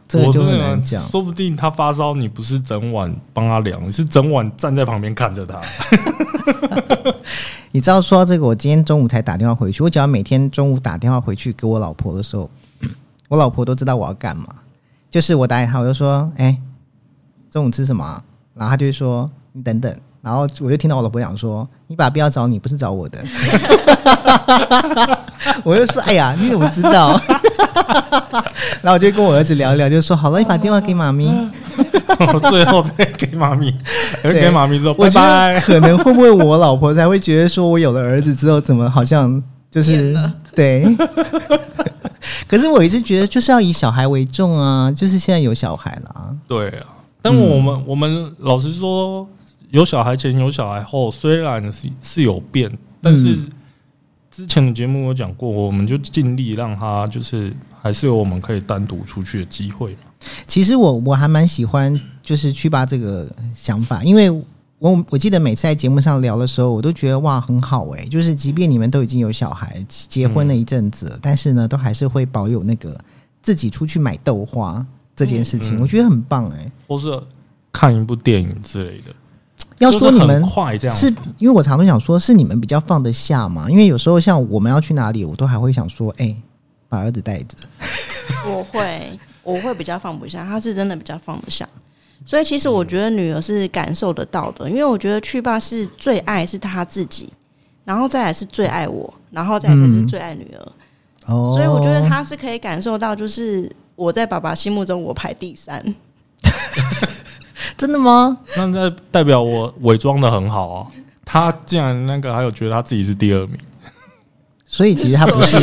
Speaker 1: 这个
Speaker 2: 我
Speaker 1: 就
Speaker 2: 真
Speaker 1: 很
Speaker 2: 的
Speaker 1: 难讲。
Speaker 2: 说不定他发烧，你不是整晚帮他量，你是整晚站在旁边看着他。 [laughs]
Speaker 1: 你知道说到这个，我今天中午才打电话回去。我只要每天中午打电话回去给我老婆的时候， [clears throat] 我老婆都知道我要干嘛。就是我打给她，我就说：“哎、中午吃什么啊、然后她就会说：“你等等。”然后我就听到我老婆讲说：“你爸不要找你，不是找我的。” [laughs] 我就说：“哎呀，你怎么知道？” [laughs] 然后我就跟我儿子聊一聊，就说：“好了，你把电话给妈咪。”
Speaker 2: 最后再给妈
Speaker 1: [laughs]
Speaker 2: 咪，
Speaker 1: 对
Speaker 2: 给妈咪说
Speaker 1: 我
Speaker 2: 拜
Speaker 1: 觉得
Speaker 2: 拜。
Speaker 1: 可能会不会我老婆才会觉得说我有了儿子之后，怎么好像就是对。 [laughs] 可是我一直觉得就是要以小孩为重啊，就是现在有小孩了啊，
Speaker 2: 对啊，但我
Speaker 1: 嗯
Speaker 2: 们、我们老实说，有小孩前有小孩后，虽然是是有变，但是
Speaker 1: 嗯
Speaker 2: 之前的节目有讲过，我们就尽力让他就是还是有我们可以单独出去的机会嘛。
Speaker 1: 其实我我还蛮喜欢就是去吧这个想法，因为我我记得每次在节目上聊的时候，我都觉得哇很好哎、就是即便你们都已经有小孩，结婚了一阵子了，
Speaker 2: 嗯
Speaker 1: 但是呢，都还是会保有那个自己出去买豆花这件事情，
Speaker 2: 嗯
Speaker 1: 我觉得很棒哎、
Speaker 2: 或是看一部电影之类的。
Speaker 1: 要说你
Speaker 2: 就是
Speaker 1: 们
Speaker 2: 很快这样
Speaker 1: 是
Speaker 2: 子，
Speaker 1: 因为我常常想说，是你们比较放得下嘛？因为有时候像我们要去哪里，我都还会想说，哎、把儿子带着。
Speaker 3: [laughs] 我会，我会比较放不下，他是真的比较放不下。所以其实我觉得女儿是感受得到的，因为我觉得去爸是最爱是他自己，然后再来是最爱我，然后再来才是嗯最爱女儿。
Speaker 1: 哦，
Speaker 3: 所以我觉得他是可以感受到，就是我在爸爸心目中我排第三。
Speaker 1: 真的吗？
Speaker 2: 那那代表我伪装的很好啊。他竟然那个还有觉得他自己是第二名，
Speaker 1: 所以其实他不是。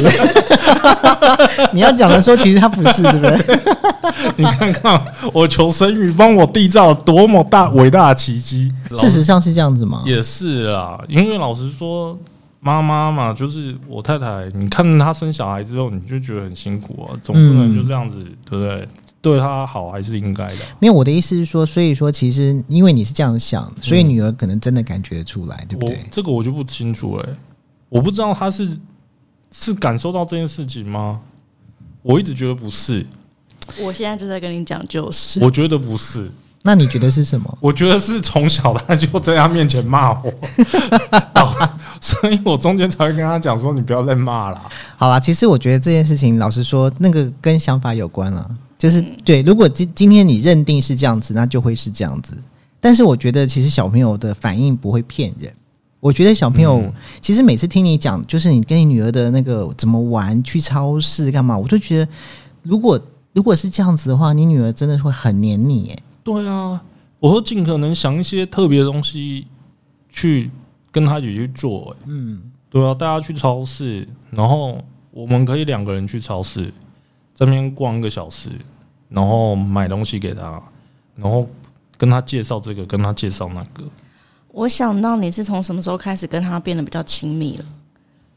Speaker 1: [laughs] 你要讲的说，其实他不是，对不
Speaker 2: [laughs]
Speaker 1: 对？
Speaker 2: 你看看我求生欲帮我缔造多么大伟大的奇迹。
Speaker 1: 事实上是这样子吗？
Speaker 2: 也是啦，因为老实说，妈妈嘛，就是我太太，你看她生小孩之后，你就觉得很辛苦啊，总不能就这样子，
Speaker 1: 嗯
Speaker 2: 对不对？对她好还是应该的。
Speaker 1: 没有，我的意思是说，所以说其实因为你是这样想，所以女儿可能真的感觉得出来，对不
Speaker 2: 嗯我
Speaker 1: 对？
Speaker 2: 这个我就不清楚哎、我不知道她是是感受到这件事情吗？我一直觉得不是，
Speaker 3: 我现在就在跟你讲，就是
Speaker 2: 我觉得不是，
Speaker 1: 那你觉得是什么？
Speaker 2: 我觉得是从小他就在他面前骂
Speaker 1: [laughs]
Speaker 2: 我，哦所以我中间才会跟他讲说你不要再骂啦。
Speaker 1: 好啦，其实我觉得这件事情，老实说，那个跟想法有关了。就是对，如果今今天你认定是这样子，那就会是这样子。但是我觉得，其实小朋友的反应不会骗人。我觉得小朋友、
Speaker 2: 嗯
Speaker 1: 其实每次听你讲，就是你跟你女儿的那个怎么玩、去超市干嘛，我就觉得，如果如果是这样子的话，你女儿真的会很黏你耶。
Speaker 2: 对啊，我说尽可能想一些特别的东西去跟他一起去做、欸。嗯，对啊，大家去超市，然后我们可以两个人去超市，这边逛一个小时，然后买东西给他，然后跟他介绍这个，跟他介绍那个。
Speaker 3: 我想到你是从什么时候开始跟他变得比较亲密了？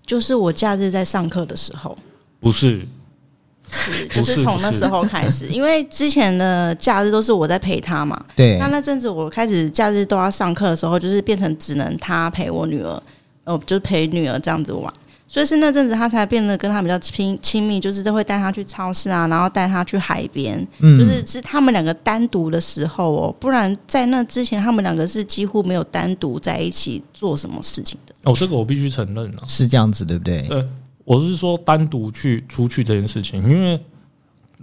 Speaker 3: 就是我假日在上课的时候，
Speaker 2: 不是，
Speaker 3: 是
Speaker 2: 不是
Speaker 3: 就是从那时候开始，因为之前的假日都是我在陪他嘛。
Speaker 1: 对
Speaker 3: 那那阵子我开始假哦日都要上课的时候，就是变成只能他陪我女儿，呃，就是陪女儿这样子玩。所以是那阵子他才变得跟他比较亲亲密，就是都会带他去超市啊，然后带他去海边，
Speaker 1: 嗯，
Speaker 3: 就是是他们两个单独的时候哦，不然在那之前他们两个是几乎没有单独在一起做什么事情的。
Speaker 2: 哦，这个我必须承认啊。
Speaker 1: 是这样子，对不对？
Speaker 2: 对，我是说单独去出去这件事情，因为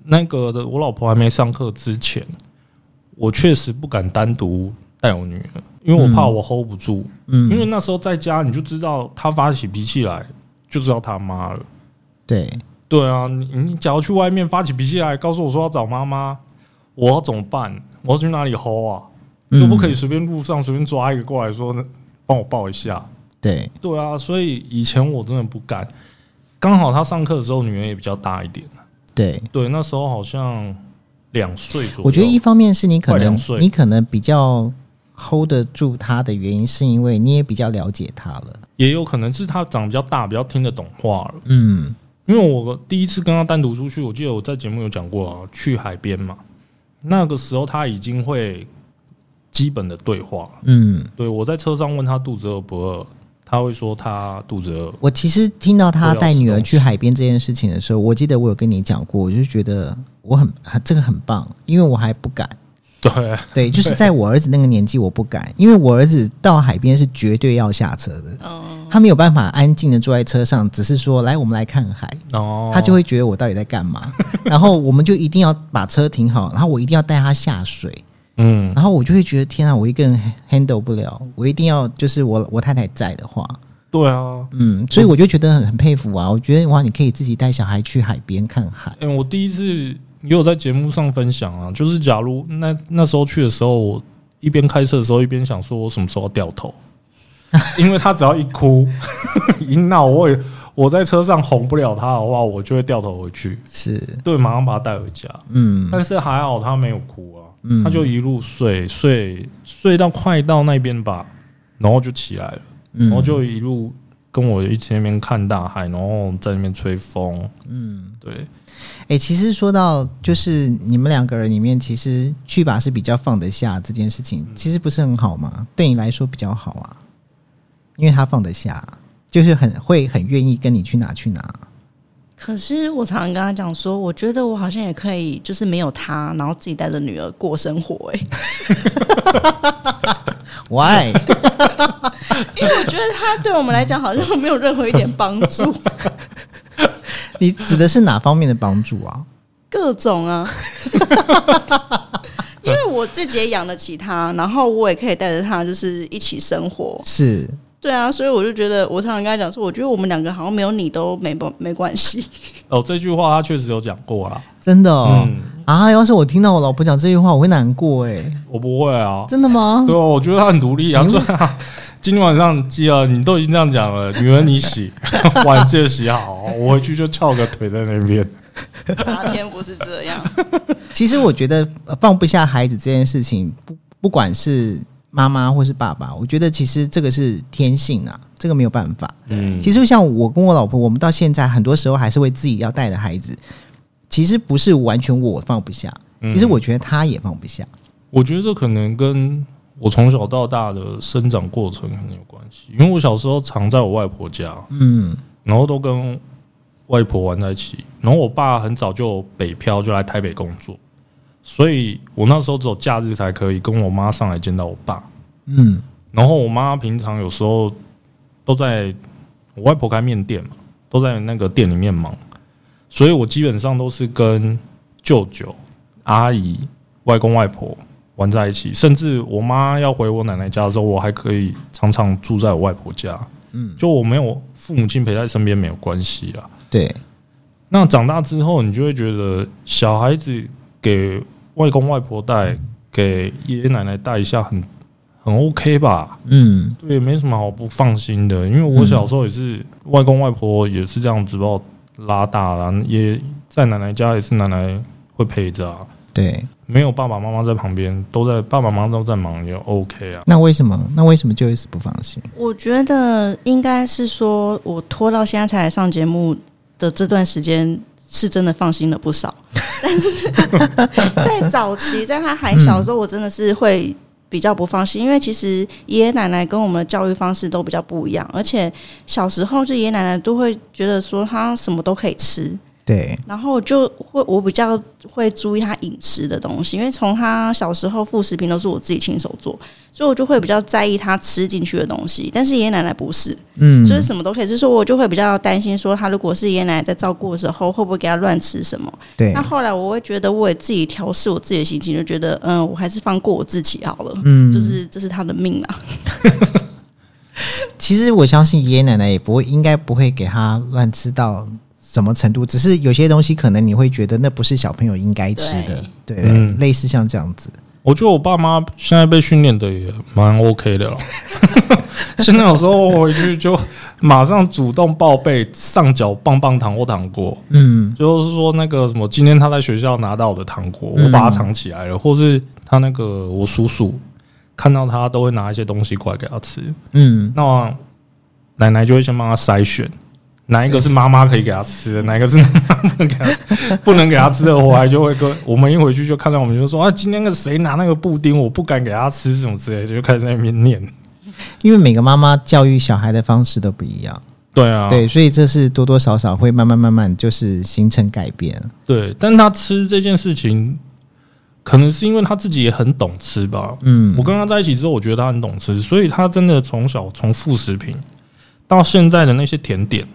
Speaker 2: 那个的我老婆还没上课之前，我确实不敢单独带我女儿，因为我怕我 hold 不住。
Speaker 1: 嗯，
Speaker 2: 因为那时候在家，你就知道她发起脾气来，就知道她妈了。
Speaker 1: 对，
Speaker 2: 对啊，你你假如去外面发起脾气来，告诉我说要找妈妈，我要怎么办？我要去哪里 hold 啊？又不可以
Speaker 1: 嗯，
Speaker 2: 随便路上随便抓一个过来说帮我抱一下。
Speaker 1: 对，
Speaker 2: 对啊，所以以前我真的不敢。刚好他上课的时候，女儿也比较大一点。
Speaker 1: 对。
Speaker 2: 对，那时候好像两岁左右。
Speaker 1: 我觉得一方面是你可
Speaker 2: 快
Speaker 1: 能
Speaker 2: 两岁
Speaker 1: 你可能比较 hold 得住他的原因，是因为你也比较了解他了。
Speaker 2: 也有可能是他长得比较大，比较听得懂话了。
Speaker 1: 嗯，
Speaker 2: 因为我第一次跟他单独出去，我记得我在节目有讲过啊，去海边嘛，那个时候他已经会基本的对话了。
Speaker 1: 嗯，
Speaker 2: 对我在车上问他肚子饿不饿，他会说他肚子饿。
Speaker 1: 我其实听到他
Speaker 2: 我要
Speaker 1: 带
Speaker 2: 吃
Speaker 1: 女儿
Speaker 2: 东
Speaker 1: 去
Speaker 2: 西
Speaker 1: 海边这件事情的时候，我记得我有跟你讲过，我就觉得我很这个很棒，因为我还不敢。
Speaker 2: 对，
Speaker 1: 对，就是在我儿子那个年纪，我不敢， [laughs] 因为我儿子到海边是绝对要下车的，
Speaker 3: 嗯，
Speaker 1: 他没有办法安静的坐在车上，只是说来我们来看海，
Speaker 2: 然后
Speaker 1: 他就会觉得我到底在干
Speaker 2: [laughs]
Speaker 1: 嘛，然后我们就一定要把车停好，然后我一定要带他下水，
Speaker 2: 嗯，
Speaker 1: 然后我就会觉得天啊，我一个人 handle 不了，我一定要就是我我太太在的话，
Speaker 2: 对啊，
Speaker 1: 嗯，所以我就觉得很很佩服啊，我觉得哇，你可以自己带小孩去海边看海，
Speaker 2: 嗯、我第一次也有在节目上分享啊，就是假如那那时候去的时候，我一边开车的时候一边想说，我什么时候要掉头？因为他只要一哭 [laughs] 一闹，我也我在车上哄不了他的话，我就会掉头回去，
Speaker 1: 是，
Speaker 2: 对，马上把他带回家。
Speaker 1: 嗯
Speaker 2: 但是还好他没有哭啊，
Speaker 1: 嗯，
Speaker 2: 他就一路睡睡睡到快到那边吧，然后就起来了，
Speaker 1: 嗯
Speaker 2: 然后就一路跟我一起在那边看大海，然后在那边吹风，
Speaker 1: 嗯。
Speaker 2: 对，
Speaker 1: 哎、其实说到就是你们两个人里面，其实去吧是比较放得下这件事
Speaker 2: 嗯
Speaker 1: 情，其实不是很好吗？对你来说比较好啊，因为他放得下，就是很会很愿意跟你去哪去哪。
Speaker 3: 可是我常常跟他讲说，我觉得我好像也可以，就是没有他，然后自己带着女儿过生活、欸。 [laughs]
Speaker 2: [laughs]
Speaker 1: Why？
Speaker 3: 因为我觉得他对我们来讲好像没有任何一点帮 [laughs] 助，
Speaker 1: 你指的是哪方面的帮助啊？
Speaker 3: 各种 [laughs] 啊。因为我自己也养得起他，然后我也可以带着他，就是一起生活。
Speaker 1: 是
Speaker 3: 对啊，所以我就觉得，我常常跟他讲说，我觉得我们两个好像没有你都没不没关系。
Speaker 2: 哦，这句话他确实有讲过啦。
Speaker 1: 真的哦、
Speaker 2: 嗯，
Speaker 1: 啊！要是我听到我老婆讲这句话，我会难过哎、
Speaker 2: 我不会啊。
Speaker 1: 真的吗？
Speaker 2: 对啊，我觉得他很独立啊。 [laughs] 对啊，今天晚上记啊，你都已经这样讲了，女儿你洗， [laughs] 碗记得洗好。我回去就翘个腿在那边。
Speaker 3: [laughs] 哪天不是这样？
Speaker 1: 其实我觉得呃放不下孩子这件事情，不不管是妈妈或是爸爸，我觉得其实这个是天性啊，这个没有办法。
Speaker 2: 嗯，
Speaker 1: 其实像我跟我老婆，我们到现在很多时候还是会自己要带着孩子。其实不是完全我放不下，其实我觉得他也放不下。
Speaker 2: 我觉得这可能跟我从小到大的生长过程可能有关系，因为我小时候常在我外婆家，
Speaker 1: 嗯
Speaker 2: 然后都跟外婆玩在一起。然后我爸很早就北漂，就来台北工作，所以我那时候只有假日才可以跟我妈上来见到我爸。
Speaker 1: 嗯
Speaker 2: 然后我妈平常有时候都在我外婆开面店嘛，都在那个店里面忙，所以我基本上都是跟舅舅、阿姨、外公外婆玩在一起，甚至我妈要回我奶奶家的时候，我还可以常常住在我外婆家。
Speaker 1: 嗯，
Speaker 2: 就我没有父母亲陪在身边没有关系啊。
Speaker 1: 对，
Speaker 2: 那长大之后，你就会觉得小孩子给外公外婆带，给爷爷奶奶带一下很很 OK 吧？
Speaker 1: 嗯
Speaker 2: 对，没什么好不放心的，因为我小时候也是、外公外婆也是这样子把我拉大了，也在奶奶家也是奶奶会陪着啊，
Speaker 1: 对。
Speaker 2: 没有爸爸妈妈在旁边，都在爸爸妈妈都在忙也 OK 啊。
Speaker 1: 那为什么？那为什么就是不放心？
Speaker 3: 我觉得应该是说，我拖到现在才来上节目的这段时间，是真的放心了不少。但是在早期，在他还小的时候，我真的是会比较不放心，因为其实爷爷奶奶跟我们的教育方式都比较不一样，而且小时候就爷爷奶奶都会觉得说他什么都可以吃，
Speaker 1: 对，
Speaker 3: 然后我就会我比较会注意他饮食的东西，因为从他小时候副食品都是我自己亲手做，所以我就会比较在意他吃进去的东西。但是爷爷奶奶不是，
Speaker 1: 嗯，
Speaker 3: 就是什么都可以吃，所以我就会比较担心说他如果是爷爷奶奶在照顾的时候，会不会给他乱吃什么？
Speaker 1: 对
Speaker 3: 那，后来我会觉得我也自己调试我自己的心情，就觉得嗯，我还是放过我自己好了，
Speaker 1: 嗯，
Speaker 3: 就是这是他的命啊。
Speaker 1: 其实我相信爷爷奶奶也不会，应该不会给他乱吃到什么程度，只是有些东西可能你会觉得那不是小朋友应该吃的，对，
Speaker 2: 嗯
Speaker 1: 类似像这样子，
Speaker 2: 我觉得我爸妈现在被训练的也蛮 OK 的了。 [laughs] 现在有时候回去就马上主动报备上缴棒棒糖或糖果，
Speaker 1: 嗯，
Speaker 2: 就是说那个什么，今天他在学校拿到的糖果，
Speaker 1: 嗯
Speaker 2: 我把它藏起来了，或是他那个我叔叔看到他都会拿一些东西过来给他吃，
Speaker 1: 嗯，
Speaker 2: 那奶奶就会先帮他筛选。哪一个是妈妈可以给他吃的，哪一个是妈妈不能给他吃不能给他吃的，我还就会跟我们一回去就看到我们就说啊，今天那个谁拿那个布丁，我不敢给他吃什么之类的，就开始在那边念。
Speaker 1: 因为每个妈妈教育小孩的方式都不一样，
Speaker 2: 对啊，
Speaker 1: 对，所以这是多多少少会慢慢慢慢就是形成改变，
Speaker 2: 对，但他吃这件事情，可能是因为他自己也很懂吃吧。
Speaker 1: 嗯
Speaker 2: 我跟他在一起之后，我觉得他很懂吃，所以他真的从小从副食品到现在的那些甜点，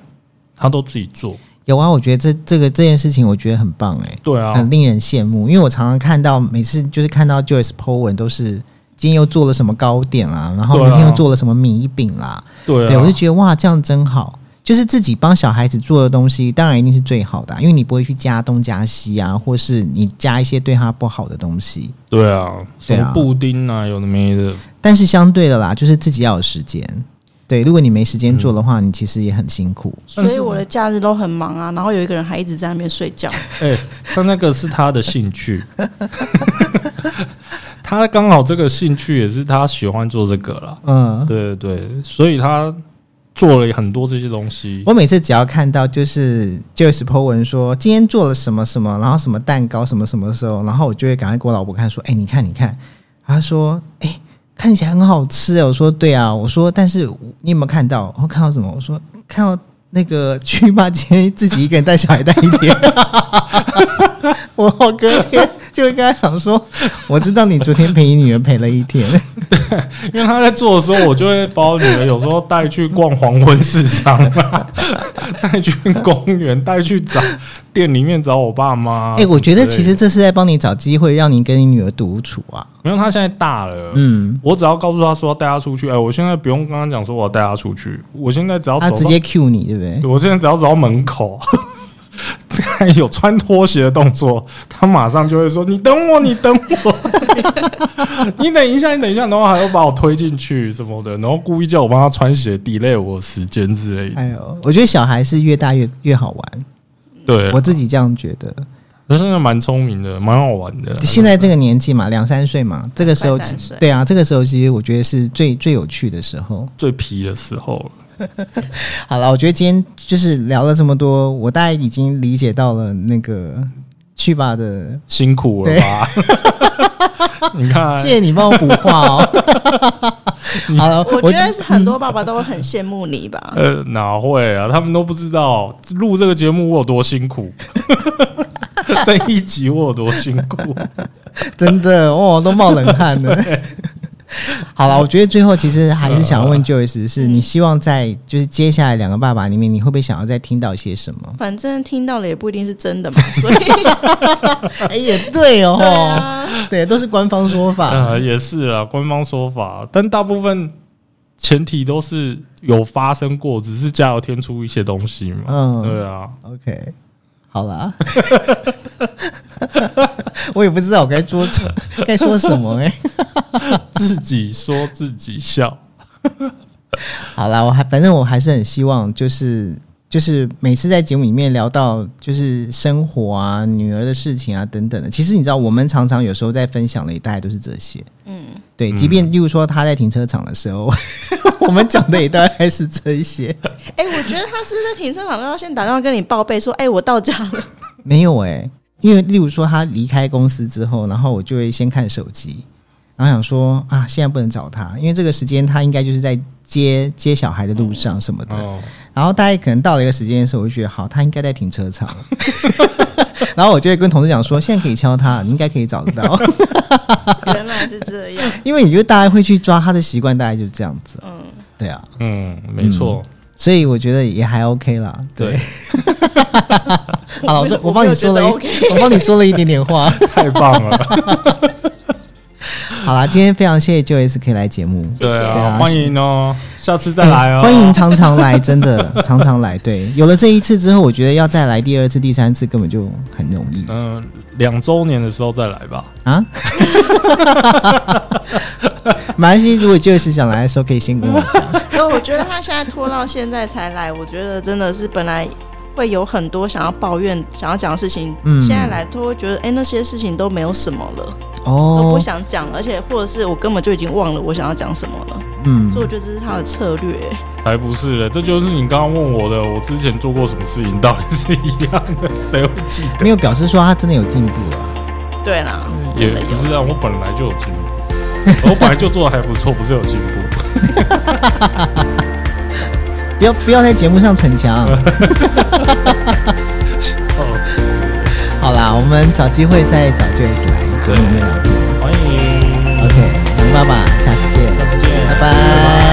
Speaker 2: 他都自己做。
Speaker 1: 有啊，我觉得这这个这件事情我觉得很棒、欸，
Speaker 2: 对啊，
Speaker 1: 很令人羡慕，因为我常常看到，每次就是看到 Joyce Po 文都是今天又做了什么糕点啦、然后
Speaker 2: 对啊
Speaker 1: 明天又做了什么米饼啦，
Speaker 2: 对
Speaker 1: 对,、
Speaker 2: 啊
Speaker 1: 我就，觉得哇，这样真好。就是自己帮小孩子做的东西，当然一定是最好的啊、因为你不会去加东加西啊，或是你加一些对他不好的东西。
Speaker 2: 对啊，什
Speaker 1: 对啊
Speaker 2: 么布丁啊，有的没的。
Speaker 1: 但是相对的啦，就是自己要有时间。对，如果你没时间做的话，你其实也很辛苦。
Speaker 3: 所以我的假日都很忙啊，然后有一个人还一直在那边睡
Speaker 1: [laughs]
Speaker 3: 觉，
Speaker 2: 哎、他那个是他的兴趣， [laughs] 他刚好这个兴趣也是他喜欢做这个啦。
Speaker 1: 嗯，
Speaker 2: 对对对，所以他做了很多这些东西。
Speaker 1: 我每次只要看到就是就是 po 文说今天做了什么什么，然后什么蛋糕什么什么的时候，然后我就会赶快给我老婆看说，哎、你看你看，她说，哎、看起来很好吃哦。我说对啊，我说但是你有没有看到？我看到什么？我说看到那个去吧，今天自己一个人带小孩带一天， [laughs] 我隔天就会跟他讲说，我知道你昨天陪你女儿陪了一天，
Speaker 2: 因为他在做的时候，我就会把我女儿有时候带去逛黄昏市场啊， [laughs] 带去公园，带去找店里面找我爸妈。啊
Speaker 1: 哎、我觉得其
Speaker 2: 之类
Speaker 1: 实这是在帮你找机会，让你跟你女儿独处啊。
Speaker 2: 的，因为他现在大了，
Speaker 1: 嗯，
Speaker 2: 我只要告诉他说要带他出去，哎、我现在不用跟他讲说我要带他出去，我现在只要走
Speaker 1: 他
Speaker 2: 到，
Speaker 1: 直接 Q 你，对不对？
Speaker 2: 我现在只要走到门口。 [laughs] 看有穿拖鞋的动作，他马上就会说：“你等我，你等我， [laughs] 你等一下，你等一下。”然后还要把我推进去什么的，然后故意叫我帮他穿鞋，delay 我时间之类的。
Speaker 1: 哎呦，我觉得小孩是越大越越好玩，
Speaker 2: 对，啊
Speaker 1: 我自己这样觉得。
Speaker 2: 他现在蛮聪明的，蛮好玩的。
Speaker 1: 现在这个年纪嘛，两三岁嘛，这个时候
Speaker 3: 快三岁
Speaker 1: 对啊，这个时候其实我觉得是最最有趣的时候。
Speaker 2: 最皮的时候了，
Speaker 1: 好了，我觉得今天就是聊了这么多，我大概已经理解到了那个去吧的。
Speaker 2: 辛苦了吧？ [laughs] 你看
Speaker 1: 谢，谢你帮我补话哦。好了，
Speaker 3: 我觉得很多爸爸都会很羡慕你吧。
Speaker 2: 呃，哪会啊？他们都不知道录这个节目我有多辛苦， [laughs] 这一集我有多辛苦。
Speaker 1: 真的哦，都冒冷汗
Speaker 3: [laughs]
Speaker 1: 了。好了，我觉得最后其实还是想问 Joyce，是
Speaker 3: 嗯
Speaker 1: 你希望在就是接下来两个爸爸里面，你会不会想要再听到些什么？
Speaker 3: 反正听到了也不一定是
Speaker 1: [laughs]
Speaker 3: 真的嘛，所以
Speaker 1: 哎，也对哦，
Speaker 3: 嗯对啊，
Speaker 1: 对，都是官方说法。
Speaker 2: 呃，也是啊，官方说法，但大部分前提都是有发生过，只是加油添出一些东西嘛。
Speaker 1: 嗯
Speaker 2: 对啊，
Speaker 1: OK，好
Speaker 2: [laughs]
Speaker 1: 啦，我也不知道我该说该说什么哎、
Speaker 2: 自己说自己笑。
Speaker 1: 好啦，我还反正我还是很希望，就是就是每次在节目里面聊到就是生活啊、女儿的事情啊等等的，其实你知道，我们常常有时候在分享的也大概都是这些。
Speaker 3: 嗯，
Speaker 1: 对，即便例如说他在停车场的时候， [laughs] 我们讲的也大概是这一些。
Speaker 3: 哎、我觉得他是不是在停车场都要先打电话跟你报备说，哎、我到家
Speaker 1: [laughs]
Speaker 3: 了。
Speaker 1: 欸没有哎、因为例如说他离开公司之后，然后我就会先看手机，然后想说啊，现在不能找他，因为这个时间他应该就是在接接小孩的路上什么的。
Speaker 2: 哦，
Speaker 1: 然后大概可能到了一个时间的时候，我就觉得好，他应该在停车场。 [laughs] 然后我就会跟同事讲说，现在可以敲他，你应该可以找得
Speaker 3: [laughs]
Speaker 1: 到，
Speaker 3: 原来是这样，
Speaker 1: 因为你就大概会去抓他的习惯，大概就是这样子。
Speaker 3: 嗯，
Speaker 1: 对啊，
Speaker 2: 嗯，没错，
Speaker 1: 所以我觉得也还 OK 啦。对，
Speaker 2: 对，
Speaker 1: [laughs] 好，我
Speaker 3: 我
Speaker 1: 就
Speaker 3: 没
Speaker 1: 我帮你说了一，
Speaker 3: 我没有觉得 OK
Speaker 1: 我帮你说了一点点话。 [laughs]
Speaker 2: 太棒了，
Speaker 1: 好啦，今天非常谢谢 Joyce 可以来节目，
Speaker 3: 谢
Speaker 2: 对
Speaker 3: 对
Speaker 2: 啊，
Speaker 1: 啊哎
Speaker 2: 欢迎哦，下次再来哦，
Speaker 1: 欢迎常常来，真的常常来。对，有了这一次之后，我觉得要再来第二次、第三次根本就很容易
Speaker 2: 嗯，两周年的时候再来吧。
Speaker 1: [laughs] 啊。马来西亚如果 Joyce 想来的时候，可以先跟我讲。
Speaker 3: 所以我觉得他现在拖到现在才来，我觉得真的是本来会有很多想要抱怨、想要讲的事情，
Speaker 1: 嗯
Speaker 3: 现在来都会觉得，哎、那些事情都没有什么了，都不
Speaker 1: 哦，
Speaker 3: 想讲，而且或者是我根本就已经忘了我想要讲什么了，
Speaker 1: 嗯
Speaker 3: 所以我觉得这是他的策略。
Speaker 2: 才不是嘞，这就是你刚刚问我的，我之前做过什么事情，到底是一样的，谁会记得？
Speaker 1: 没有表示说他真的有进步了。
Speaker 3: 对啦，
Speaker 2: 也
Speaker 3: 真的有
Speaker 2: 不是啊，我本来就有进步，我本来就做的还不错，不是有进步。
Speaker 1: 不要不要在节目上逞 [laughs] 强。
Speaker 2: 哦，
Speaker 1: 好啦，我们找机会再找 Joyce 来节目里面聊天。
Speaker 2: 欢迎，
Speaker 1: OK，我们爸爸，下次见，
Speaker 2: 下次见，
Speaker 1: 拜拜